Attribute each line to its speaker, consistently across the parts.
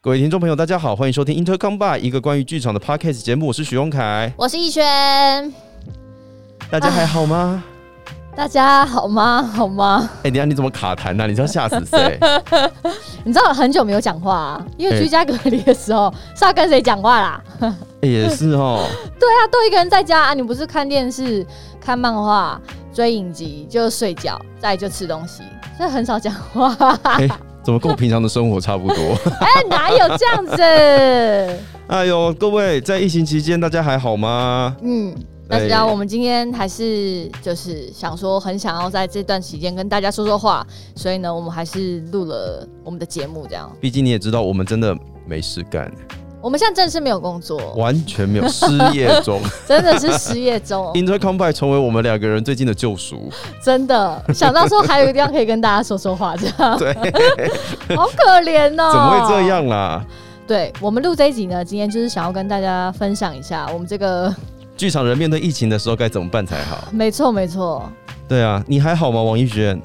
Speaker 1: 各位听众朋友，大家好，欢迎收听 Intercom Bar 一个关于剧场的 podcast 节目，我是许荣凯。
Speaker 2: 我是逸轩，
Speaker 1: 大家还好吗？
Speaker 2: 大家好吗？好吗？
Speaker 1: 哎、等一下你怎么卡痰呢、你知道吓死谁？哎
Speaker 2: 你知道我很久没有讲话、啊，因为居家隔离的时候、是要跟谁讲话啦？
Speaker 1: 哎也是哦，
Speaker 2: 对啊，都一个人在家啊，你不是看电视、看漫画、追影集，就睡觉，再就吃东西，所以很少讲话。
Speaker 1: 哎、怎么跟我平常的生活差不多？
Speaker 2: 哎、哪有这样子？
Speaker 1: 哎呦，各位在疫情期间大家还好吗？
Speaker 2: 嗯。大家，
Speaker 1: 哎
Speaker 2: 我们今天还是就是想说，很想要在这段时间跟大家说说话，所以呢，我们还是录了我们的节目，这样。
Speaker 1: 毕竟你也知道，我们真的没事干，
Speaker 2: 我们现在正式没有工作，
Speaker 1: 完全没有失业中。
Speaker 2: 真的是失 业中。哦
Speaker 1: Intercom Bar 成为我们两个人最近的救赎。
Speaker 2: 真的想到说还有一个地方可以跟大家说说话，这样
Speaker 1: 对，
Speaker 2: 好可怜哦。
Speaker 1: 怎么会这？样啦？
Speaker 2: 对我们录这一集呢，今天就是想要跟大家分享一下我们这个，？
Speaker 1: 剧场人面对疫情的时候该怎么办才好
Speaker 2: 没错没错，
Speaker 1: 对啊，你还好吗，王一轩？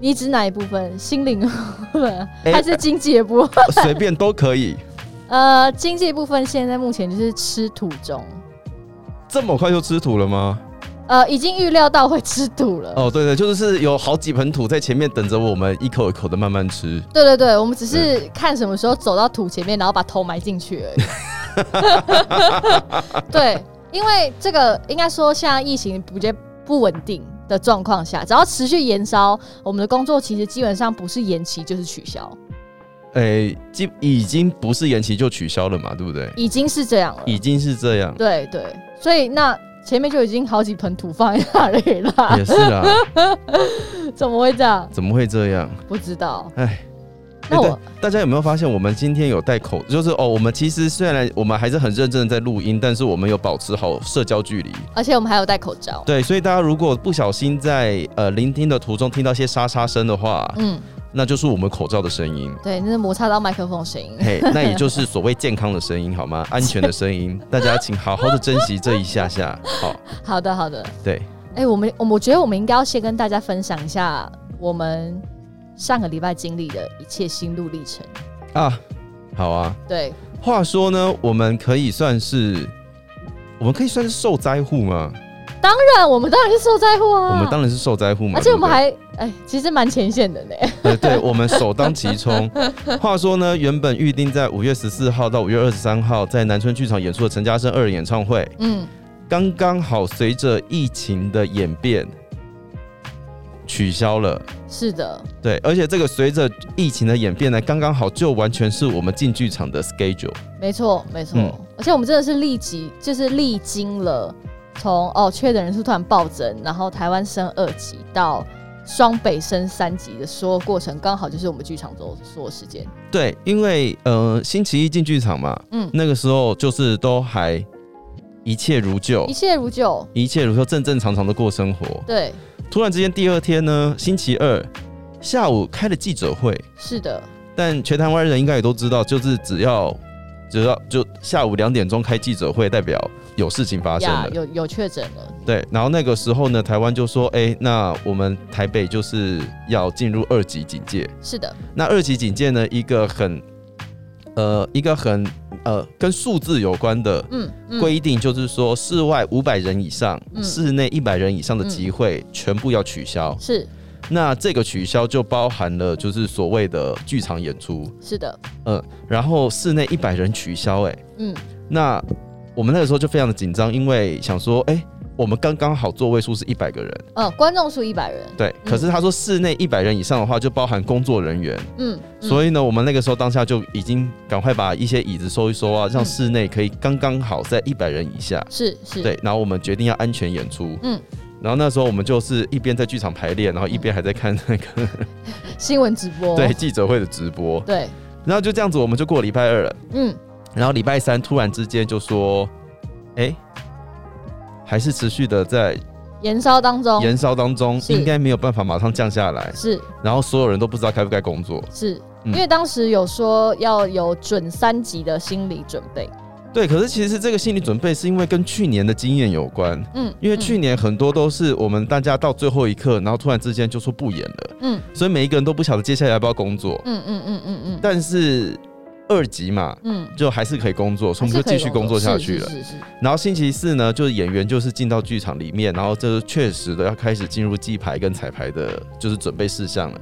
Speaker 2: 你指哪一部分？心灵的部 分
Speaker 1: 哎
Speaker 2: 还是经济的部分？
Speaker 1: 随便都可以。
Speaker 2: 呃，经济部分现在目前就是吃土中，
Speaker 1: 这么快就吃土了吗？
Speaker 2: 呃，已经预料到会吃土了。
Speaker 1: 哦，对对，就是有好几盆土在前面等着我们，一口一口的慢慢吃。
Speaker 2: 对对对，我们只是看什么时候走到土前面，然后把头埋进去 而已。对，因为这个应该说，现在疫情不接不稳定的状况下，只要持续延烧，我们的工作其实基本上不是延期就是取消，
Speaker 1: 哎，基已经不是延期就取消了嘛，对不对？
Speaker 2: 已经是这样了。
Speaker 1: 已经是这样，
Speaker 2: 对对，所以那前面就已经好几盆土放在那里了，
Speaker 1: 也是啊，
Speaker 2: 怎么会这样？
Speaker 1: 怎么会这样？
Speaker 2: 不知道。
Speaker 1: 哎。
Speaker 2: 那
Speaker 1: 哎
Speaker 2: 我
Speaker 1: 对大家有没有发现，我们今天有戴口，就是哦，我们其实虽然我们还是很认真的在录音，但是我们有保持好社交距离。
Speaker 2: 而且我们还有戴口罩。
Speaker 1: 对，所以大家如果不小心在呃聆听的途中听到一些沙沙声的话，
Speaker 2: 嗯，
Speaker 1: 那就是我们口罩的声音。
Speaker 2: 对，那是摩擦到麦克风的声音。
Speaker 1: 嘿，那也就是所谓健康的声音，好 吗？安全的声音，大家请好好的珍惜这一下 下。好，
Speaker 2: 好的，好的。
Speaker 1: 对，
Speaker 2: 哎、我们我我觉得我们应该要先跟大家分享一下我们上个礼拜经历的一切心路历程。
Speaker 1: 啊，好啊。
Speaker 2: 对，
Speaker 1: 话说呢，我们可以算是，我们可以算是受灾户吗？
Speaker 2: 当然我们当然是受灾户啊，
Speaker 1: 我们当然是受灾户嘛。
Speaker 2: 而且我们
Speaker 1: 对
Speaker 2: 还哎、其实蛮前线的呢。
Speaker 1: 不对对对，我们首当其 冲。话说呢，原本预定在五月十四号到五月二十三号在南村剧场演出的陈嘉生二人演唱会，
Speaker 2: 嗯，
Speaker 1: 刚刚好随着疫情的演变取消了。
Speaker 2: 是的，
Speaker 1: 对，而且这个随着疫情的演变呢，刚刚好就完全是我们进剧场的 schedule。
Speaker 2: 没错，没错。
Speaker 1: 嗯
Speaker 2: 而且我们真的是立即就是历经了从哦确诊人数突然暴增，然后台湾升二级到。双北升三级的所有过程，刚好就是我们剧场周所有时间。
Speaker 1: 对，因为呃星期一进剧场嘛，
Speaker 2: 嗯，
Speaker 1: 那个时候就是都还一切如旧
Speaker 2: 一，切如旧。
Speaker 1: 一切如旧，正正常常的过生活。
Speaker 2: 对，
Speaker 1: 突然之间，第二天呢，星期二下午开了记者会，
Speaker 2: 是的，
Speaker 1: 但全台湾人应该也都知道，就是只要只要就下午两点钟开记者会，代表有事情发生
Speaker 2: 呀
Speaker 1: 了，。
Speaker 2: 有有确诊了。
Speaker 1: 对，然后那个时候呢，台湾就说，哎、那我们台北就是要进入二级警戒。
Speaker 2: 是的，
Speaker 1: 那二级警戒呢，一个很，呃，一个很呃跟数字有关的
Speaker 2: 嗯，嗯
Speaker 1: 规定，就是说室外五百人以上、
Speaker 2: 嗯
Speaker 1: 室内一百人以上的集会全部要取消。
Speaker 2: 是
Speaker 1: 那这个取消就包含了就是所谓的剧场演出，
Speaker 2: 是的，
Speaker 1: 嗯、然后室内一百人取消、哎。
Speaker 2: 嗯，
Speaker 1: 那我们那个时候就非常的紧张，因为想说，哎、我们刚刚好座位数是一百个人，
Speaker 2: 呃，观众数一百人，
Speaker 1: 对。可是他说室内一百人以上的话，就包含工作人员，
Speaker 2: 嗯，以
Speaker 1: 所以呢，我们那个时候当下就已经赶快把一些椅子收一收啊，让
Speaker 2: 嗯
Speaker 1: 室内可以刚刚好在一百人以下。
Speaker 2: 是是，
Speaker 1: 对，然后我们决定要安全演出，
Speaker 2: 嗯。
Speaker 1: 然后那时候我们就是一边在剧场排练，然后一边还在看那个、
Speaker 2: 新闻直播，
Speaker 1: 对记者会的直播，
Speaker 2: 哦对，
Speaker 1: 然后就这样子，我们就过礼拜二了。
Speaker 2: 嗯，
Speaker 1: 然后礼拜三突然之间就说，哎、还是持续的在
Speaker 2: 燃烧当中
Speaker 1: 燃烧当中，
Speaker 2: 哦是
Speaker 1: 应该没有办法马上降下来。
Speaker 2: 是
Speaker 1: 然后所有人都不知道该不该工作。
Speaker 2: 是。
Speaker 1: 嗯
Speaker 2: 因为当时有说要有准三级的心理准备，
Speaker 1: 对，可是其实这个心理准备是因为跟去年的经验有关，
Speaker 2: 嗯，
Speaker 1: 因为去年很多都是我们大家到最后一刻，然后突然之间就说不演了，
Speaker 2: 嗯，
Speaker 1: 所以每一个人都不晓得接下来要不要工作。
Speaker 2: 嗯嗯嗯嗯嗯嗯，
Speaker 1: 但是二二级嘛，
Speaker 2: 嗯，
Speaker 1: 就还是可以工作，所以我们就继续工作下去了。
Speaker 2: 是是是是
Speaker 1: 然后星期四呢，就是演员就是进到剧场里面，然后这是确实的要开始进入记牌跟彩排的，就是准备事项了。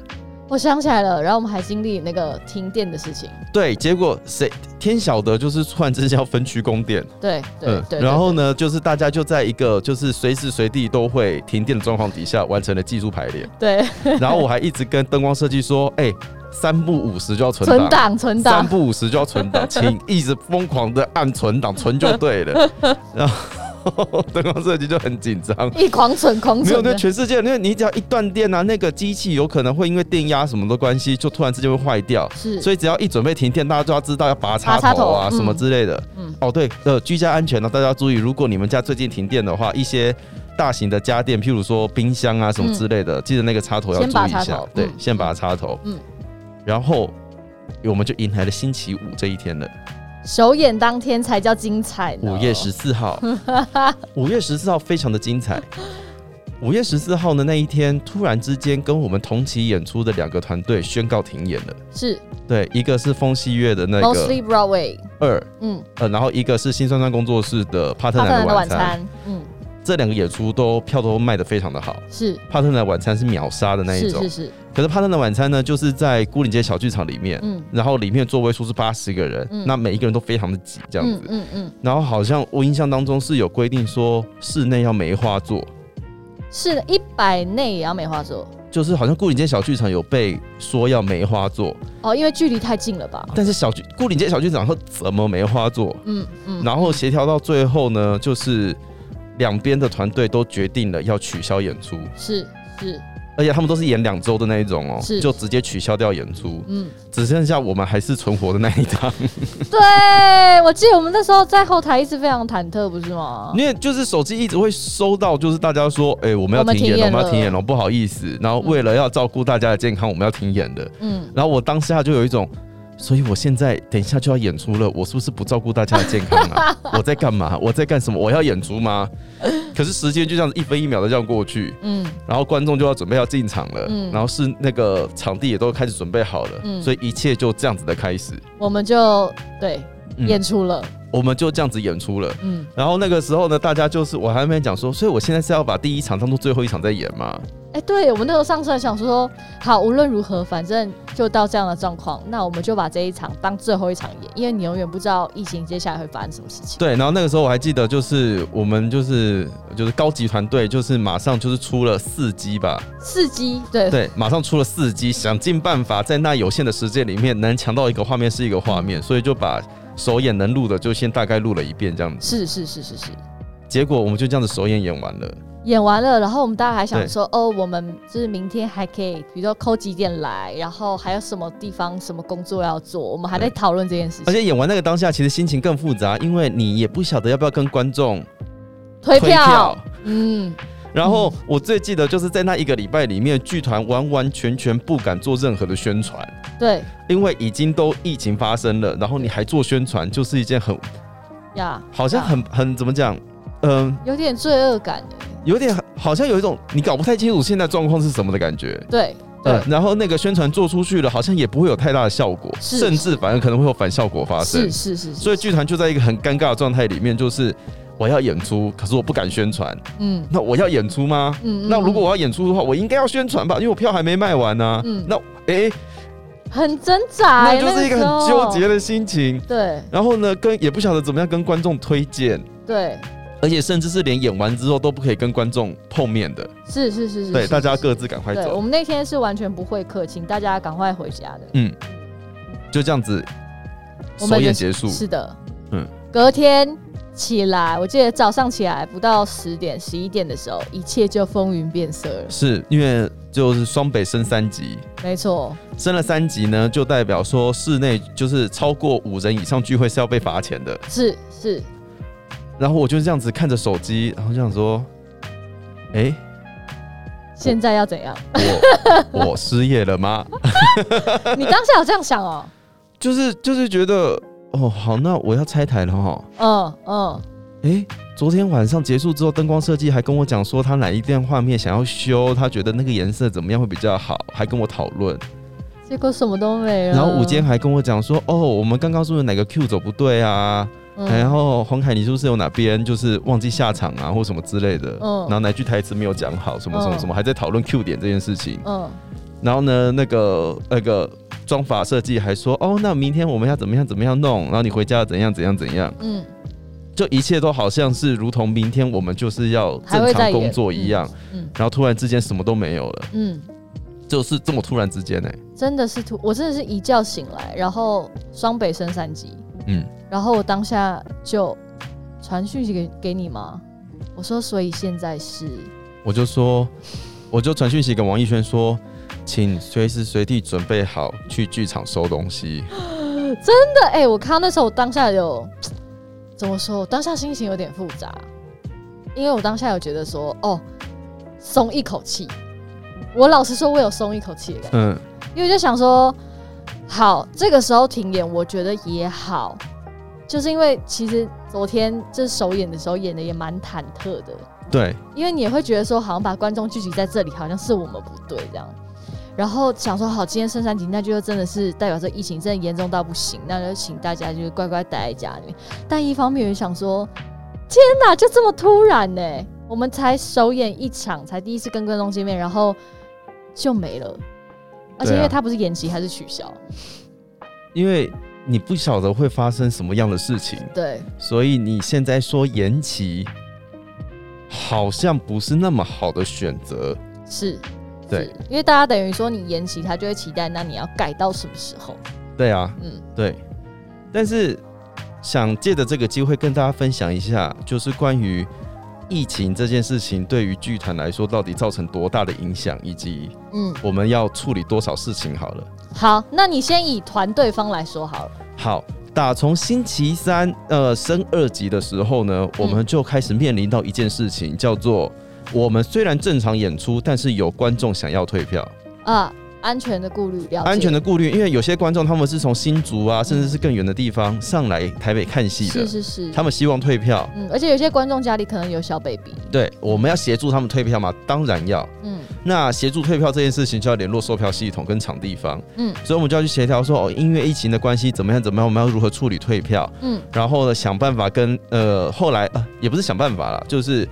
Speaker 2: 我想起来了，然后我们还经历那个停电的事情，
Speaker 1: 对，结果谁天晓得，就是突然之间要分区供电，
Speaker 2: 对对对。
Speaker 1: 嗯然后
Speaker 2: 对？
Speaker 1: 呢，就是大家就在一个就是随时随地都会停电的状况底下完成了技术排 列，
Speaker 2: 对，
Speaker 1: 然后我还一直跟灯光设计说，哎、三不五十就要存
Speaker 2: 存
Speaker 1: 档，
Speaker 2: 档存
Speaker 1: 三
Speaker 2: 档，
Speaker 1: 不五十就要存档，请一直疯狂的按存档，存就对了。 然后灯光设计就很紧张，
Speaker 2: 一狂存狂
Speaker 1: 没有，
Speaker 2: 存
Speaker 1: 那
Speaker 2: 的，
Speaker 1: 全世界，因为你只要一断电啊，那个机器有可能会因为电压什么的关系，就突然之间会坏掉。
Speaker 2: 是，
Speaker 1: 所
Speaker 2: 以
Speaker 1: 以只要一准备停电，大家就要知道要拔插
Speaker 2: 拔插
Speaker 1: 头
Speaker 2: 头
Speaker 1: 啊
Speaker 2: 嗯
Speaker 1: 什么之类的。
Speaker 2: 嗯
Speaker 1: 哦，对，呃，居家安全呢、大家要注意，如果你们家最近停电的话，一些大型的家电，譬如说冰箱啊什么之类的，记得那个插头要注
Speaker 2: 嗯先拔
Speaker 1: 意一
Speaker 2: 插
Speaker 1: 下
Speaker 2: 头，
Speaker 1: 对
Speaker 2: 嗯，
Speaker 1: 先拔插头。嗯
Speaker 2: 嗯，
Speaker 1: 然后我们就迎来了星期五这一天了，
Speaker 2: 首演当天才叫精彩呢。
Speaker 1: 五月十四号， 五月十四号非常的精彩。五月十四号的那一天，突然之间跟我们同期演出的两个团队宣告停演了。
Speaker 2: 是
Speaker 1: 对，一个是风戏月的那个
Speaker 2: Mostly Broadway，
Speaker 1: 二，
Speaker 2: 嗯，
Speaker 1: 呃，然后一个是新酸酸工作室的帕特
Speaker 2: 帕
Speaker 1: 南
Speaker 2: 特兰
Speaker 1: 的
Speaker 2: 的
Speaker 1: 晚
Speaker 2: 晚
Speaker 1: 餐，
Speaker 2: 餐，嗯，
Speaker 1: 这两个演出都票都卖得非常的好。
Speaker 2: 是
Speaker 1: 帕特南的晚餐是秒杀的那一
Speaker 2: 是
Speaker 1: 种，
Speaker 2: 是是，
Speaker 1: 可是帕特南的晚餐呢，就是在孤岭街小剧场里面，
Speaker 2: 嗯
Speaker 1: 然后里面座位数是八十个人，
Speaker 2: 嗯
Speaker 1: 那每一个人都非常的挤这样子。
Speaker 2: 嗯嗯嗯，
Speaker 1: 然后好像我印象当中是有规定说室内要梅花座，
Speaker 2: 是的，一百内也要梅花座
Speaker 1: 就是好像孤岭街小剧场有被说要梅花座，
Speaker 2: 哦，因为距离太近了吧？
Speaker 1: 但是小剧孤岭街小剧场说怎么梅花座？
Speaker 2: 嗯嗯，
Speaker 1: 然后协调到最后呢，就是两边的团队都决定了要取消演出，
Speaker 2: 是是，
Speaker 1: 而且他们都是演两周的那一种哦，
Speaker 2: 是
Speaker 1: 就直接取消掉演出，
Speaker 2: 嗯，
Speaker 1: 只剩下我们还是存活的那一档，
Speaker 2: 啊对，我记得我们那时候在后台一直非常忐忑，不是吗？
Speaker 1: 因为就是手机一直会收到，就是大家说，哎、我们要停演了，我
Speaker 2: 我们停演了
Speaker 1: 们要停演了，不好意思，然后为了要照顾大家的健康，我们要停演的，
Speaker 2: 嗯，
Speaker 1: 然后我当下就有一种。所以我现在等一下就要演出了，我是不是不照顾大家的健康啊？我在干嘛？我在干什么？我要演出吗？可是时间就这样子一分一秒的这样过去，
Speaker 2: 嗯，
Speaker 1: 然后观众就要准备要进场了，
Speaker 2: 嗯
Speaker 1: 然后是那个场地也都开始准备好了，
Speaker 2: 嗯
Speaker 1: 所以一切就这样子的开始，
Speaker 2: 我们就对
Speaker 1: 嗯
Speaker 2: 演出了，
Speaker 1: 我们就这样子演出了。
Speaker 2: 嗯，
Speaker 1: 然后那个时候呢，大家就是我还没讲说，所以我现在是要把第一场当做最后一场在演嘛？
Speaker 2: 哎、对我们那时候上车想说，好，无论如何，反正就到这样的状况，那我们就把这一场当最后一场演，因为你永远不知道疫情接下来会发生什么事情。
Speaker 1: 对，然后那个时候我还记得，就是我们就是就是高级团队，就是马上就是出了四机吧，
Speaker 2: 刺激，对，
Speaker 1: 对，马上出了四机，想尽办法在那有限的时间里面能抢到一个画面是一个画面，所以就把首演能录的就先大概录了一遍这样子，
Speaker 2: 是是是是是，
Speaker 1: 结果我们就这样子首演演完了。
Speaker 2: 演完了，然后我们大家还
Speaker 1: 对
Speaker 2: 想说，哦，我们就是明天还可以，比如说抠几点来，然后还有什么地方什么工作要做，我们还在
Speaker 1: 对
Speaker 2: 讨论这件事
Speaker 1: 而
Speaker 2: 情。
Speaker 1: 且演完那个当下，其实心情更复杂，因为你也不晓得要不要跟观众
Speaker 2: 推票，嗯，
Speaker 1: 然后我最记得就是在那一个礼拜里面，剧团完完全全不敢做任何的宣传，
Speaker 2: 对
Speaker 1: 因为已经都疫情发生了，然后你还做宣传，就是一件很
Speaker 2: 呀，
Speaker 1: 好像
Speaker 2: 呀
Speaker 1: 很很怎么讲，嗯、
Speaker 2: 有点罪恶感耶，
Speaker 1: 有点好像有一种你搞不太清楚现在状况是什么的感觉。
Speaker 2: 对对、
Speaker 1: 嗯，然后那个宣传做出去了，好像也不会有太大的效果，
Speaker 2: 是
Speaker 1: 甚至反而可能会有反效果发生
Speaker 2: 是。是是是，
Speaker 1: 所以剧团就在一个很尴尬的状态里面，就是我要演出，可是我不敢宣传。
Speaker 2: 嗯
Speaker 1: 那我要演出吗？
Speaker 2: 嗯，嗯
Speaker 1: 那如果我要演出的话，我应该要宣传吧，因为我票还没卖完呢、啊
Speaker 2: 嗯
Speaker 1: 那诶，
Speaker 2: 很挣扎
Speaker 1: 那
Speaker 2: 欸，
Speaker 1: 就是一个
Speaker 2: 那
Speaker 1: 很
Speaker 2: 时候
Speaker 1: 纠结。的心情。
Speaker 2: 对
Speaker 1: 然后呢，跟也不晓得怎么样跟观众推荐，
Speaker 2: 对，
Speaker 1: 而且甚至是连演完之后都不可以跟观众碰面的。
Speaker 2: 是是是是，
Speaker 1: 对，
Speaker 2: 嗯是
Speaker 1: 大家
Speaker 2: 是
Speaker 1: 各自赶快
Speaker 2: 对，我
Speaker 1: 走。
Speaker 2: 们那天是完全不会客请大家赶快回家的。
Speaker 1: 嗯，就这样子，首
Speaker 2: 我们
Speaker 1: 演
Speaker 2: 也
Speaker 1: 结束。
Speaker 2: 是的，
Speaker 1: 嗯
Speaker 2: 嗯，隔天起来，我记得早上起来不到十点、十一点的时候，一切就风云变色了。
Speaker 1: 是因为就是双北升三级，
Speaker 2: 没错，
Speaker 1: 升了三级呢，就代表说室内就是超过五人以上聚会是要被罚钱的。
Speaker 2: 是是，
Speaker 1: 然后我就这样子看着手机，然后这样说：“哎、
Speaker 2: 现在要怎 样？
Speaker 1: 我我失业了吗
Speaker 2: 你当下有这样想哦？？”
Speaker 1: 就是就是觉得哦，好，那我要拆台了哈。
Speaker 2: 嗯嗯，
Speaker 1: 哎、昨天晚上结束之后，灯光设计还跟我讲说他哪一段画面想要修，他觉得那个颜色怎么样会比较好，还跟我讨论。
Speaker 2: 现结果什么都没了。
Speaker 1: 然后午间还跟我讲说，哦，我们刚刚是不是哪个 Q 走不对啊？
Speaker 2: 嗯，
Speaker 1: 然后黄凯，你是不是有哪边就是忘记下场啊，或什么之类的？
Speaker 2: 嗯
Speaker 1: 然后哪句台词没有讲好，呃什么什么什么，还在讨论 Q 点这件事情。
Speaker 2: 嗯，
Speaker 1: 然后呢，那个那个妆法设计还说，哦，那明天我们要怎么样怎么样弄，然后你回家要怎样怎样怎样，
Speaker 2: 嗯，
Speaker 1: 就一切都好像是如同明天我们就是要
Speaker 2: 还会
Speaker 1: 正
Speaker 2: 再
Speaker 1: 常
Speaker 2: 演
Speaker 1: 工作一样，。
Speaker 2: 嗯
Speaker 1: 然后突然之间什么都没有了，
Speaker 2: 嗯，
Speaker 1: 就是这么突然之间呢、
Speaker 2: 嗯真的是突，我真的是一觉醒来，然后双北升三级，
Speaker 1: 嗯，
Speaker 2: 然后我当下就传讯息给给你嘛，我说所以现在是
Speaker 1: 我就说，我就传讯息给王艺轩说，请随时随地准备好去剧场收东西。
Speaker 2: 真的哎、我看到那时候我当下有怎么说，我当下心情有点复杂，因为我当下有觉得说哦松一口气，我老实说我有松一口气的感觉。
Speaker 1: 嗯，
Speaker 2: 因为我就想说，好，这个时候停演，我觉得也好，就是因为其实昨天这首演的时候演的也蛮忐忑的，
Speaker 1: 对，
Speaker 2: 因为你也会觉得说，好像把观众聚集在这里，好像是我们不对这样。然后想说，好，今天圣诞节，那就真的是代表这疫情真的严重到不行，那就请大家就是乖乖待在家里面。但一方面也想说，天哪，就这么突然呢、我们才首演一场，才第一次跟观众见面，然后就没了。而且因
Speaker 1: 对
Speaker 2: 为
Speaker 1: 啊
Speaker 2: 它不是延期，它是取消。
Speaker 1: 因为你不晓得会发生什么样的事情，
Speaker 2: 对，
Speaker 1: 所以你现在说延期，好像不是那么好的选择。
Speaker 2: 是，
Speaker 1: 对
Speaker 2: 是，因为大家等于说你延期，他就会期待，那你要改到什么时候？
Speaker 1: 对啊，
Speaker 2: 嗯
Speaker 1: 对。但是想借着这个机会跟大家分享一下，就是关于疫情这件事情对于剧团来说到底造成多大的影响，以及
Speaker 2: 嗯，
Speaker 1: 我们要处理多少事情好了。
Speaker 2: 好，那你先以团队方来说好了。
Speaker 1: 好，打从星期三呃升二级的时候
Speaker 2: 嗯
Speaker 1: 呢，我们就开始面临到一件事情，叫做我们虽然正常演出，但是有观众想要退票，
Speaker 2: 啊，安全的顾虑，了解嗯
Speaker 1: 安全的顾虑，因为有些观众他们是从新竹啊，甚至是更远的地方上来台北看戏
Speaker 2: 是
Speaker 1: 的，
Speaker 2: 是是，
Speaker 1: 他们希望退票。
Speaker 2: 嗯，而且有些观众家里可能有小 baby，
Speaker 1: 对，我们要协助他们退票嘛，当然要。
Speaker 2: 嗯
Speaker 1: 那协助退票这件事情就要联络售票系统跟场地方，
Speaker 2: 嗯
Speaker 1: 所以我们就要去协调说，哦，因为疫情的关系怎么样怎么样，我们要如何处理退票。
Speaker 2: 嗯
Speaker 1: 然后呢，想办法跟呃，后来呃，也不是想办法啦，就是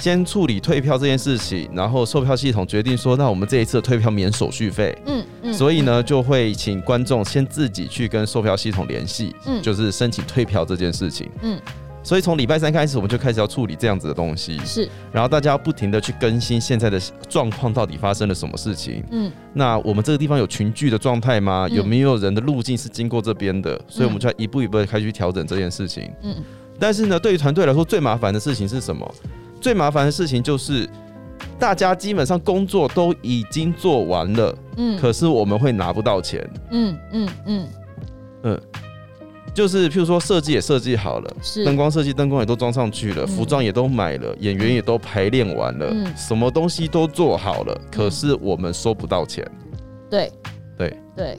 Speaker 1: 先处理退票这件事情，然后售票系统决定说，那我们这一次的退票免手续费，
Speaker 2: 嗯嗯，
Speaker 1: 所以呢，就会请观众先自己去跟售票系统联系，
Speaker 2: 嗯，嗯
Speaker 1: 就是申请退票这件事情。
Speaker 2: 嗯
Speaker 1: 所以从礼拜三开始，我们就开始要处理这样子的东西，
Speaker 2: 是
Speaker 1: 然后大家要不停的去更新现在的状况到底发生了什么事情。
Speaker 2: 嗯
Speaker 1: 那我们这个地方有群聚的状态吗？
Speaker 2: 嗯
Speaker 1: 有没有人的路径是经过这边的？所以我们就要一步一步的开始去调整这件事情。
Speaker 2: 嗯
Speaker 1: 但是呢，对于团队来说，最麻烦的事情是什么？最麻烦的事情就是，大家基本上工作都已经做完了，
Speaker 2: 嗯
Speaker 1: 可是我们会拿不到钱。
Speaker 2: 嗯嗯嗯
Speaker 1: 就是譬如说，设计也设计好了，
Speaker 2: 是
Speaker 1: 灯光设计灯光也都装上去了，
Speaker 2: 嗯
Speaker 1: 服装也都买了，演员也都排练完了，
Speaker 2: 嗯
Speaker 1: 什么东西都做好了，可是我们收不到钱。
Speaker 2: 对
Speaker 1: 对
Speaker 2: 对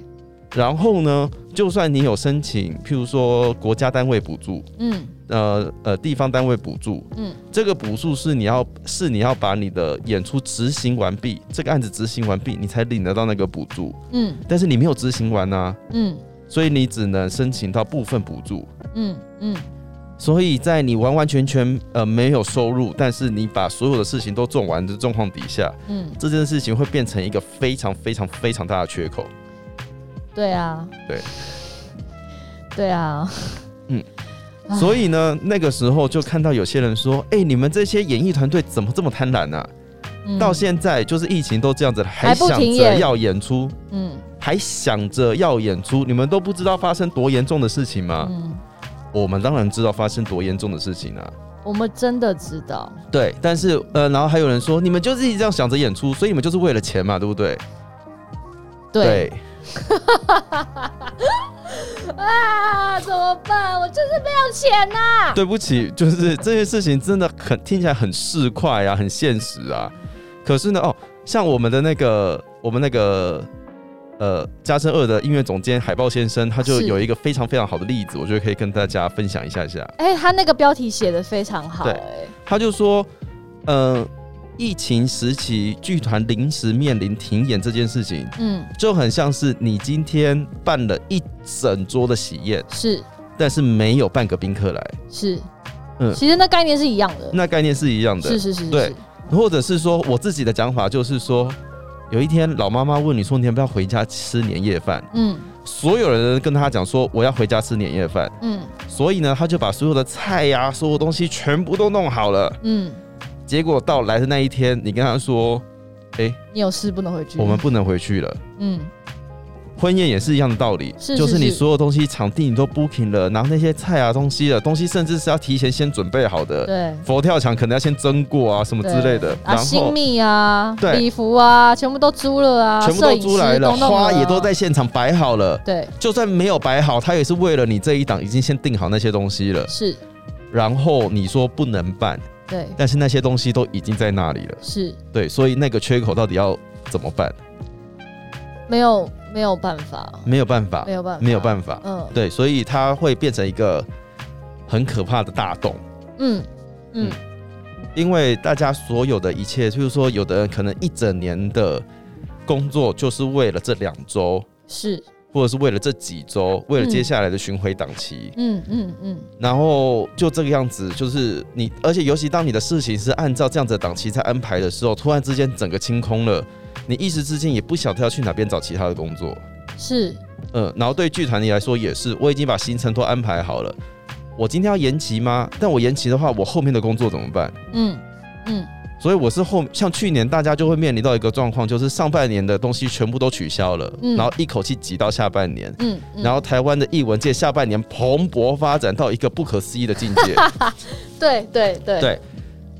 Speaker 1: 然后呢，就算你有申请，譬如说国家单位补助，
Speaker 2: 嗯
Speaker 1: 呃呃地方单位补助，
Speaker 2: 嗯
Speaker 1: 这个补助是你要是你要把你的演出执行完毕，这个案子执行完毕，你才领得到那个补助，
Speaker 2: 嗯
Speaker 1: 但是你没有执行完啊，
Speaker 2: 嗯
Speaker 1: 所以你只能申请到部分补助。
Speaker 2: 嗯嗯
Speaker 1: 所以在你完完全全呃没有收入，但是你把所有的事情都做完的状况底下，
Speaker 2: 嗯，
Speaker 1: 这件事情会变成一个非常非常非常大的缺口。
Speaker 2: 对啊
Speaker 1: 对嗯
Speaker 2: 对啊，唉
Speaker 1: 所以呢，那个时候就看到有些人说：“哎、你们这些演艺团队怎么这么贪婪呢、啊？
Speaker 2: 嗯
Speaker 1: 到现在就是疫情都这样子了，还
Speaker 2: 还不
Speaker 1: 想
Speaker 2: 停
Speaker 1: 着
Speaker 2: 演
Speaker 1: 要演出。”
Speaker 2: 嗯
Speaker 1: 还想着要演出，你们都不知道发生多严重的事情吗？
Speaker 2: 嗯，
Speaker 1: 我们当然知道发生多严重的事情啊。
Speaker 2: 我们真的知道，
Speaker 1: 对，但是呃，然后还有人说，你们就是一直这样想着演出，所以你们就是为了钱嘛，对不对？
Speaker 2: 对啊，怎么办？我就是没有钱呐、
Speaker 1: 对对不起，就是这些事情真的很听起来很市侩啊，很现实啊。可是呢，哦，像我们的那个，我们那个。呃，加深二的音乐总监海豹先生，他就是有一个非常非常好的例子，我觉得可以跟大家分享一下下。
Speaker 2: 哎、他那个标题写的非常好、
Speaker 1: 对
Speaker 2: 哎，
Speaker 1: 他就说，嗯、疫情时期剧团临时面临停演这件事情，
Speaker 2: 嗯，
Speaker 1: 就很像是你今天办了一整桌的喜宴，
Speaker 2: 是
Speaker 1: 但是没有半个宾客来，
Speaker 2: 是，
Speaker 1: 嗯
Speaker 2: 其实那概念是一样的，
Speaker 1: 那概念是一样的。
Speaker 2: 是是是是
Speaker 1: 对
Speaker 2: 是
Speaker 1: 或者是说我自己的讲法就是说，有一天老妈妈问你说你要不要回家吃年夜饭，
Speaker 2: 嗯
Speaker 1: 所有人跟她讲说我要回家吃年夜饭，
Speaker 2: 嗯
Speaker 1: 所以呢，她就把所有的菜呀、所有东西全部都弄好了。
Speaker 2: 嗯，
Speaker 1: 结果到来的那一天，你跟她说
Speaker 2: 你有事不能回去，
Speaker 1: 我们不能回去了。
Speaker 2: 嗯
Speaker 1: 婚宴也是一样的道理，
Speaker 2: 是
Speaker 1: 就是
Speaker 2: 是
Speaker 1: 你所有东西、场地你都 booking 了，然后那些菜啊、东西了，东西甚至是要提前先准备好的。
Speaker 2: 对。
Speaker 1: 佛跳墙可能要先蒸过啊，什么之类的
Speaker 2: 对，啊，
Speaker 1: 然
Speaker 2: 新
Speaker 1: 后
Speaker 2: 密啊，
Speaker 1: 对
Speaker 2: 礼服啊，全部都租了啊，
Speaker 1: 全部都
Speaker 2: 摄影
Speaker 1: 租
Speaker 2: 师
Speaker 1: 来了，
Speaker 2: 都弄
Speaker 1: 花
Speaker 2: 啊
Speaker 1: 也都在现场摆好了。
Speaker 2: 对，
Speaker 1: 就算没有摆好，他也是为了你这一档已经先定好那些东西了。
Speaker 2: 是，
Speaker 1: 然后你说不能办，
Speaker 2: 对，
Speaker 1: 但是那些东西都已经在那里了，
Speaker 2: 是
Speaker 1: 对，所以那个缺口到底要怎么办？
Speaker 2: 没有没有办法，
Speaker 1: 没有办法
Speaker 2: 没，有办法，
Speaker 1: 嗯没有办法，
Speaker 2: 嗯
Speaker 1: 对，所以它会变成一个很可怕的大洞。
Speaker 2: 嗯嗯
Speaker 1: 因为大家所有的一切，就是说，有的人可能一整年的工作就是为了这两周，
Speaker 2: 是，
Speaker 1: 或者是为了这几周，为了
Speaker 2: 嗯
Speaker 1: 接下来的巡回档期，
Speaker 2: 嗯嗯嗯，
Speaker 1: 然后就这个样子，就是你，而且尤其当你的事情是按照这样子的档期在安排的时候，突然之间整个清空了，你一时之间也不晓得要去哪边找其他的工作。
Speaker 2: 是
Speaker 1: 嗯，然后对剧团你来说也是，我已经把行程都安排好了，我今天要延期吗？但我延期的话，我后面的工作怎么办？
Speaker 2: 嗯嗯
Speaker 1: 所以我是后像去年大家就会面临到一个状况，就是上半年的东西全部都取消了，
Speaker 2: 嗯
Speaker 1: 然后一口气挤到下半年。
Speaker 2: 嗯，嗯
Speaker 1: 然后台湾的艺文界下半年蓬勃发展到一个不可思议的境界，
Speaker 2: 对对对
Speaker 1: 对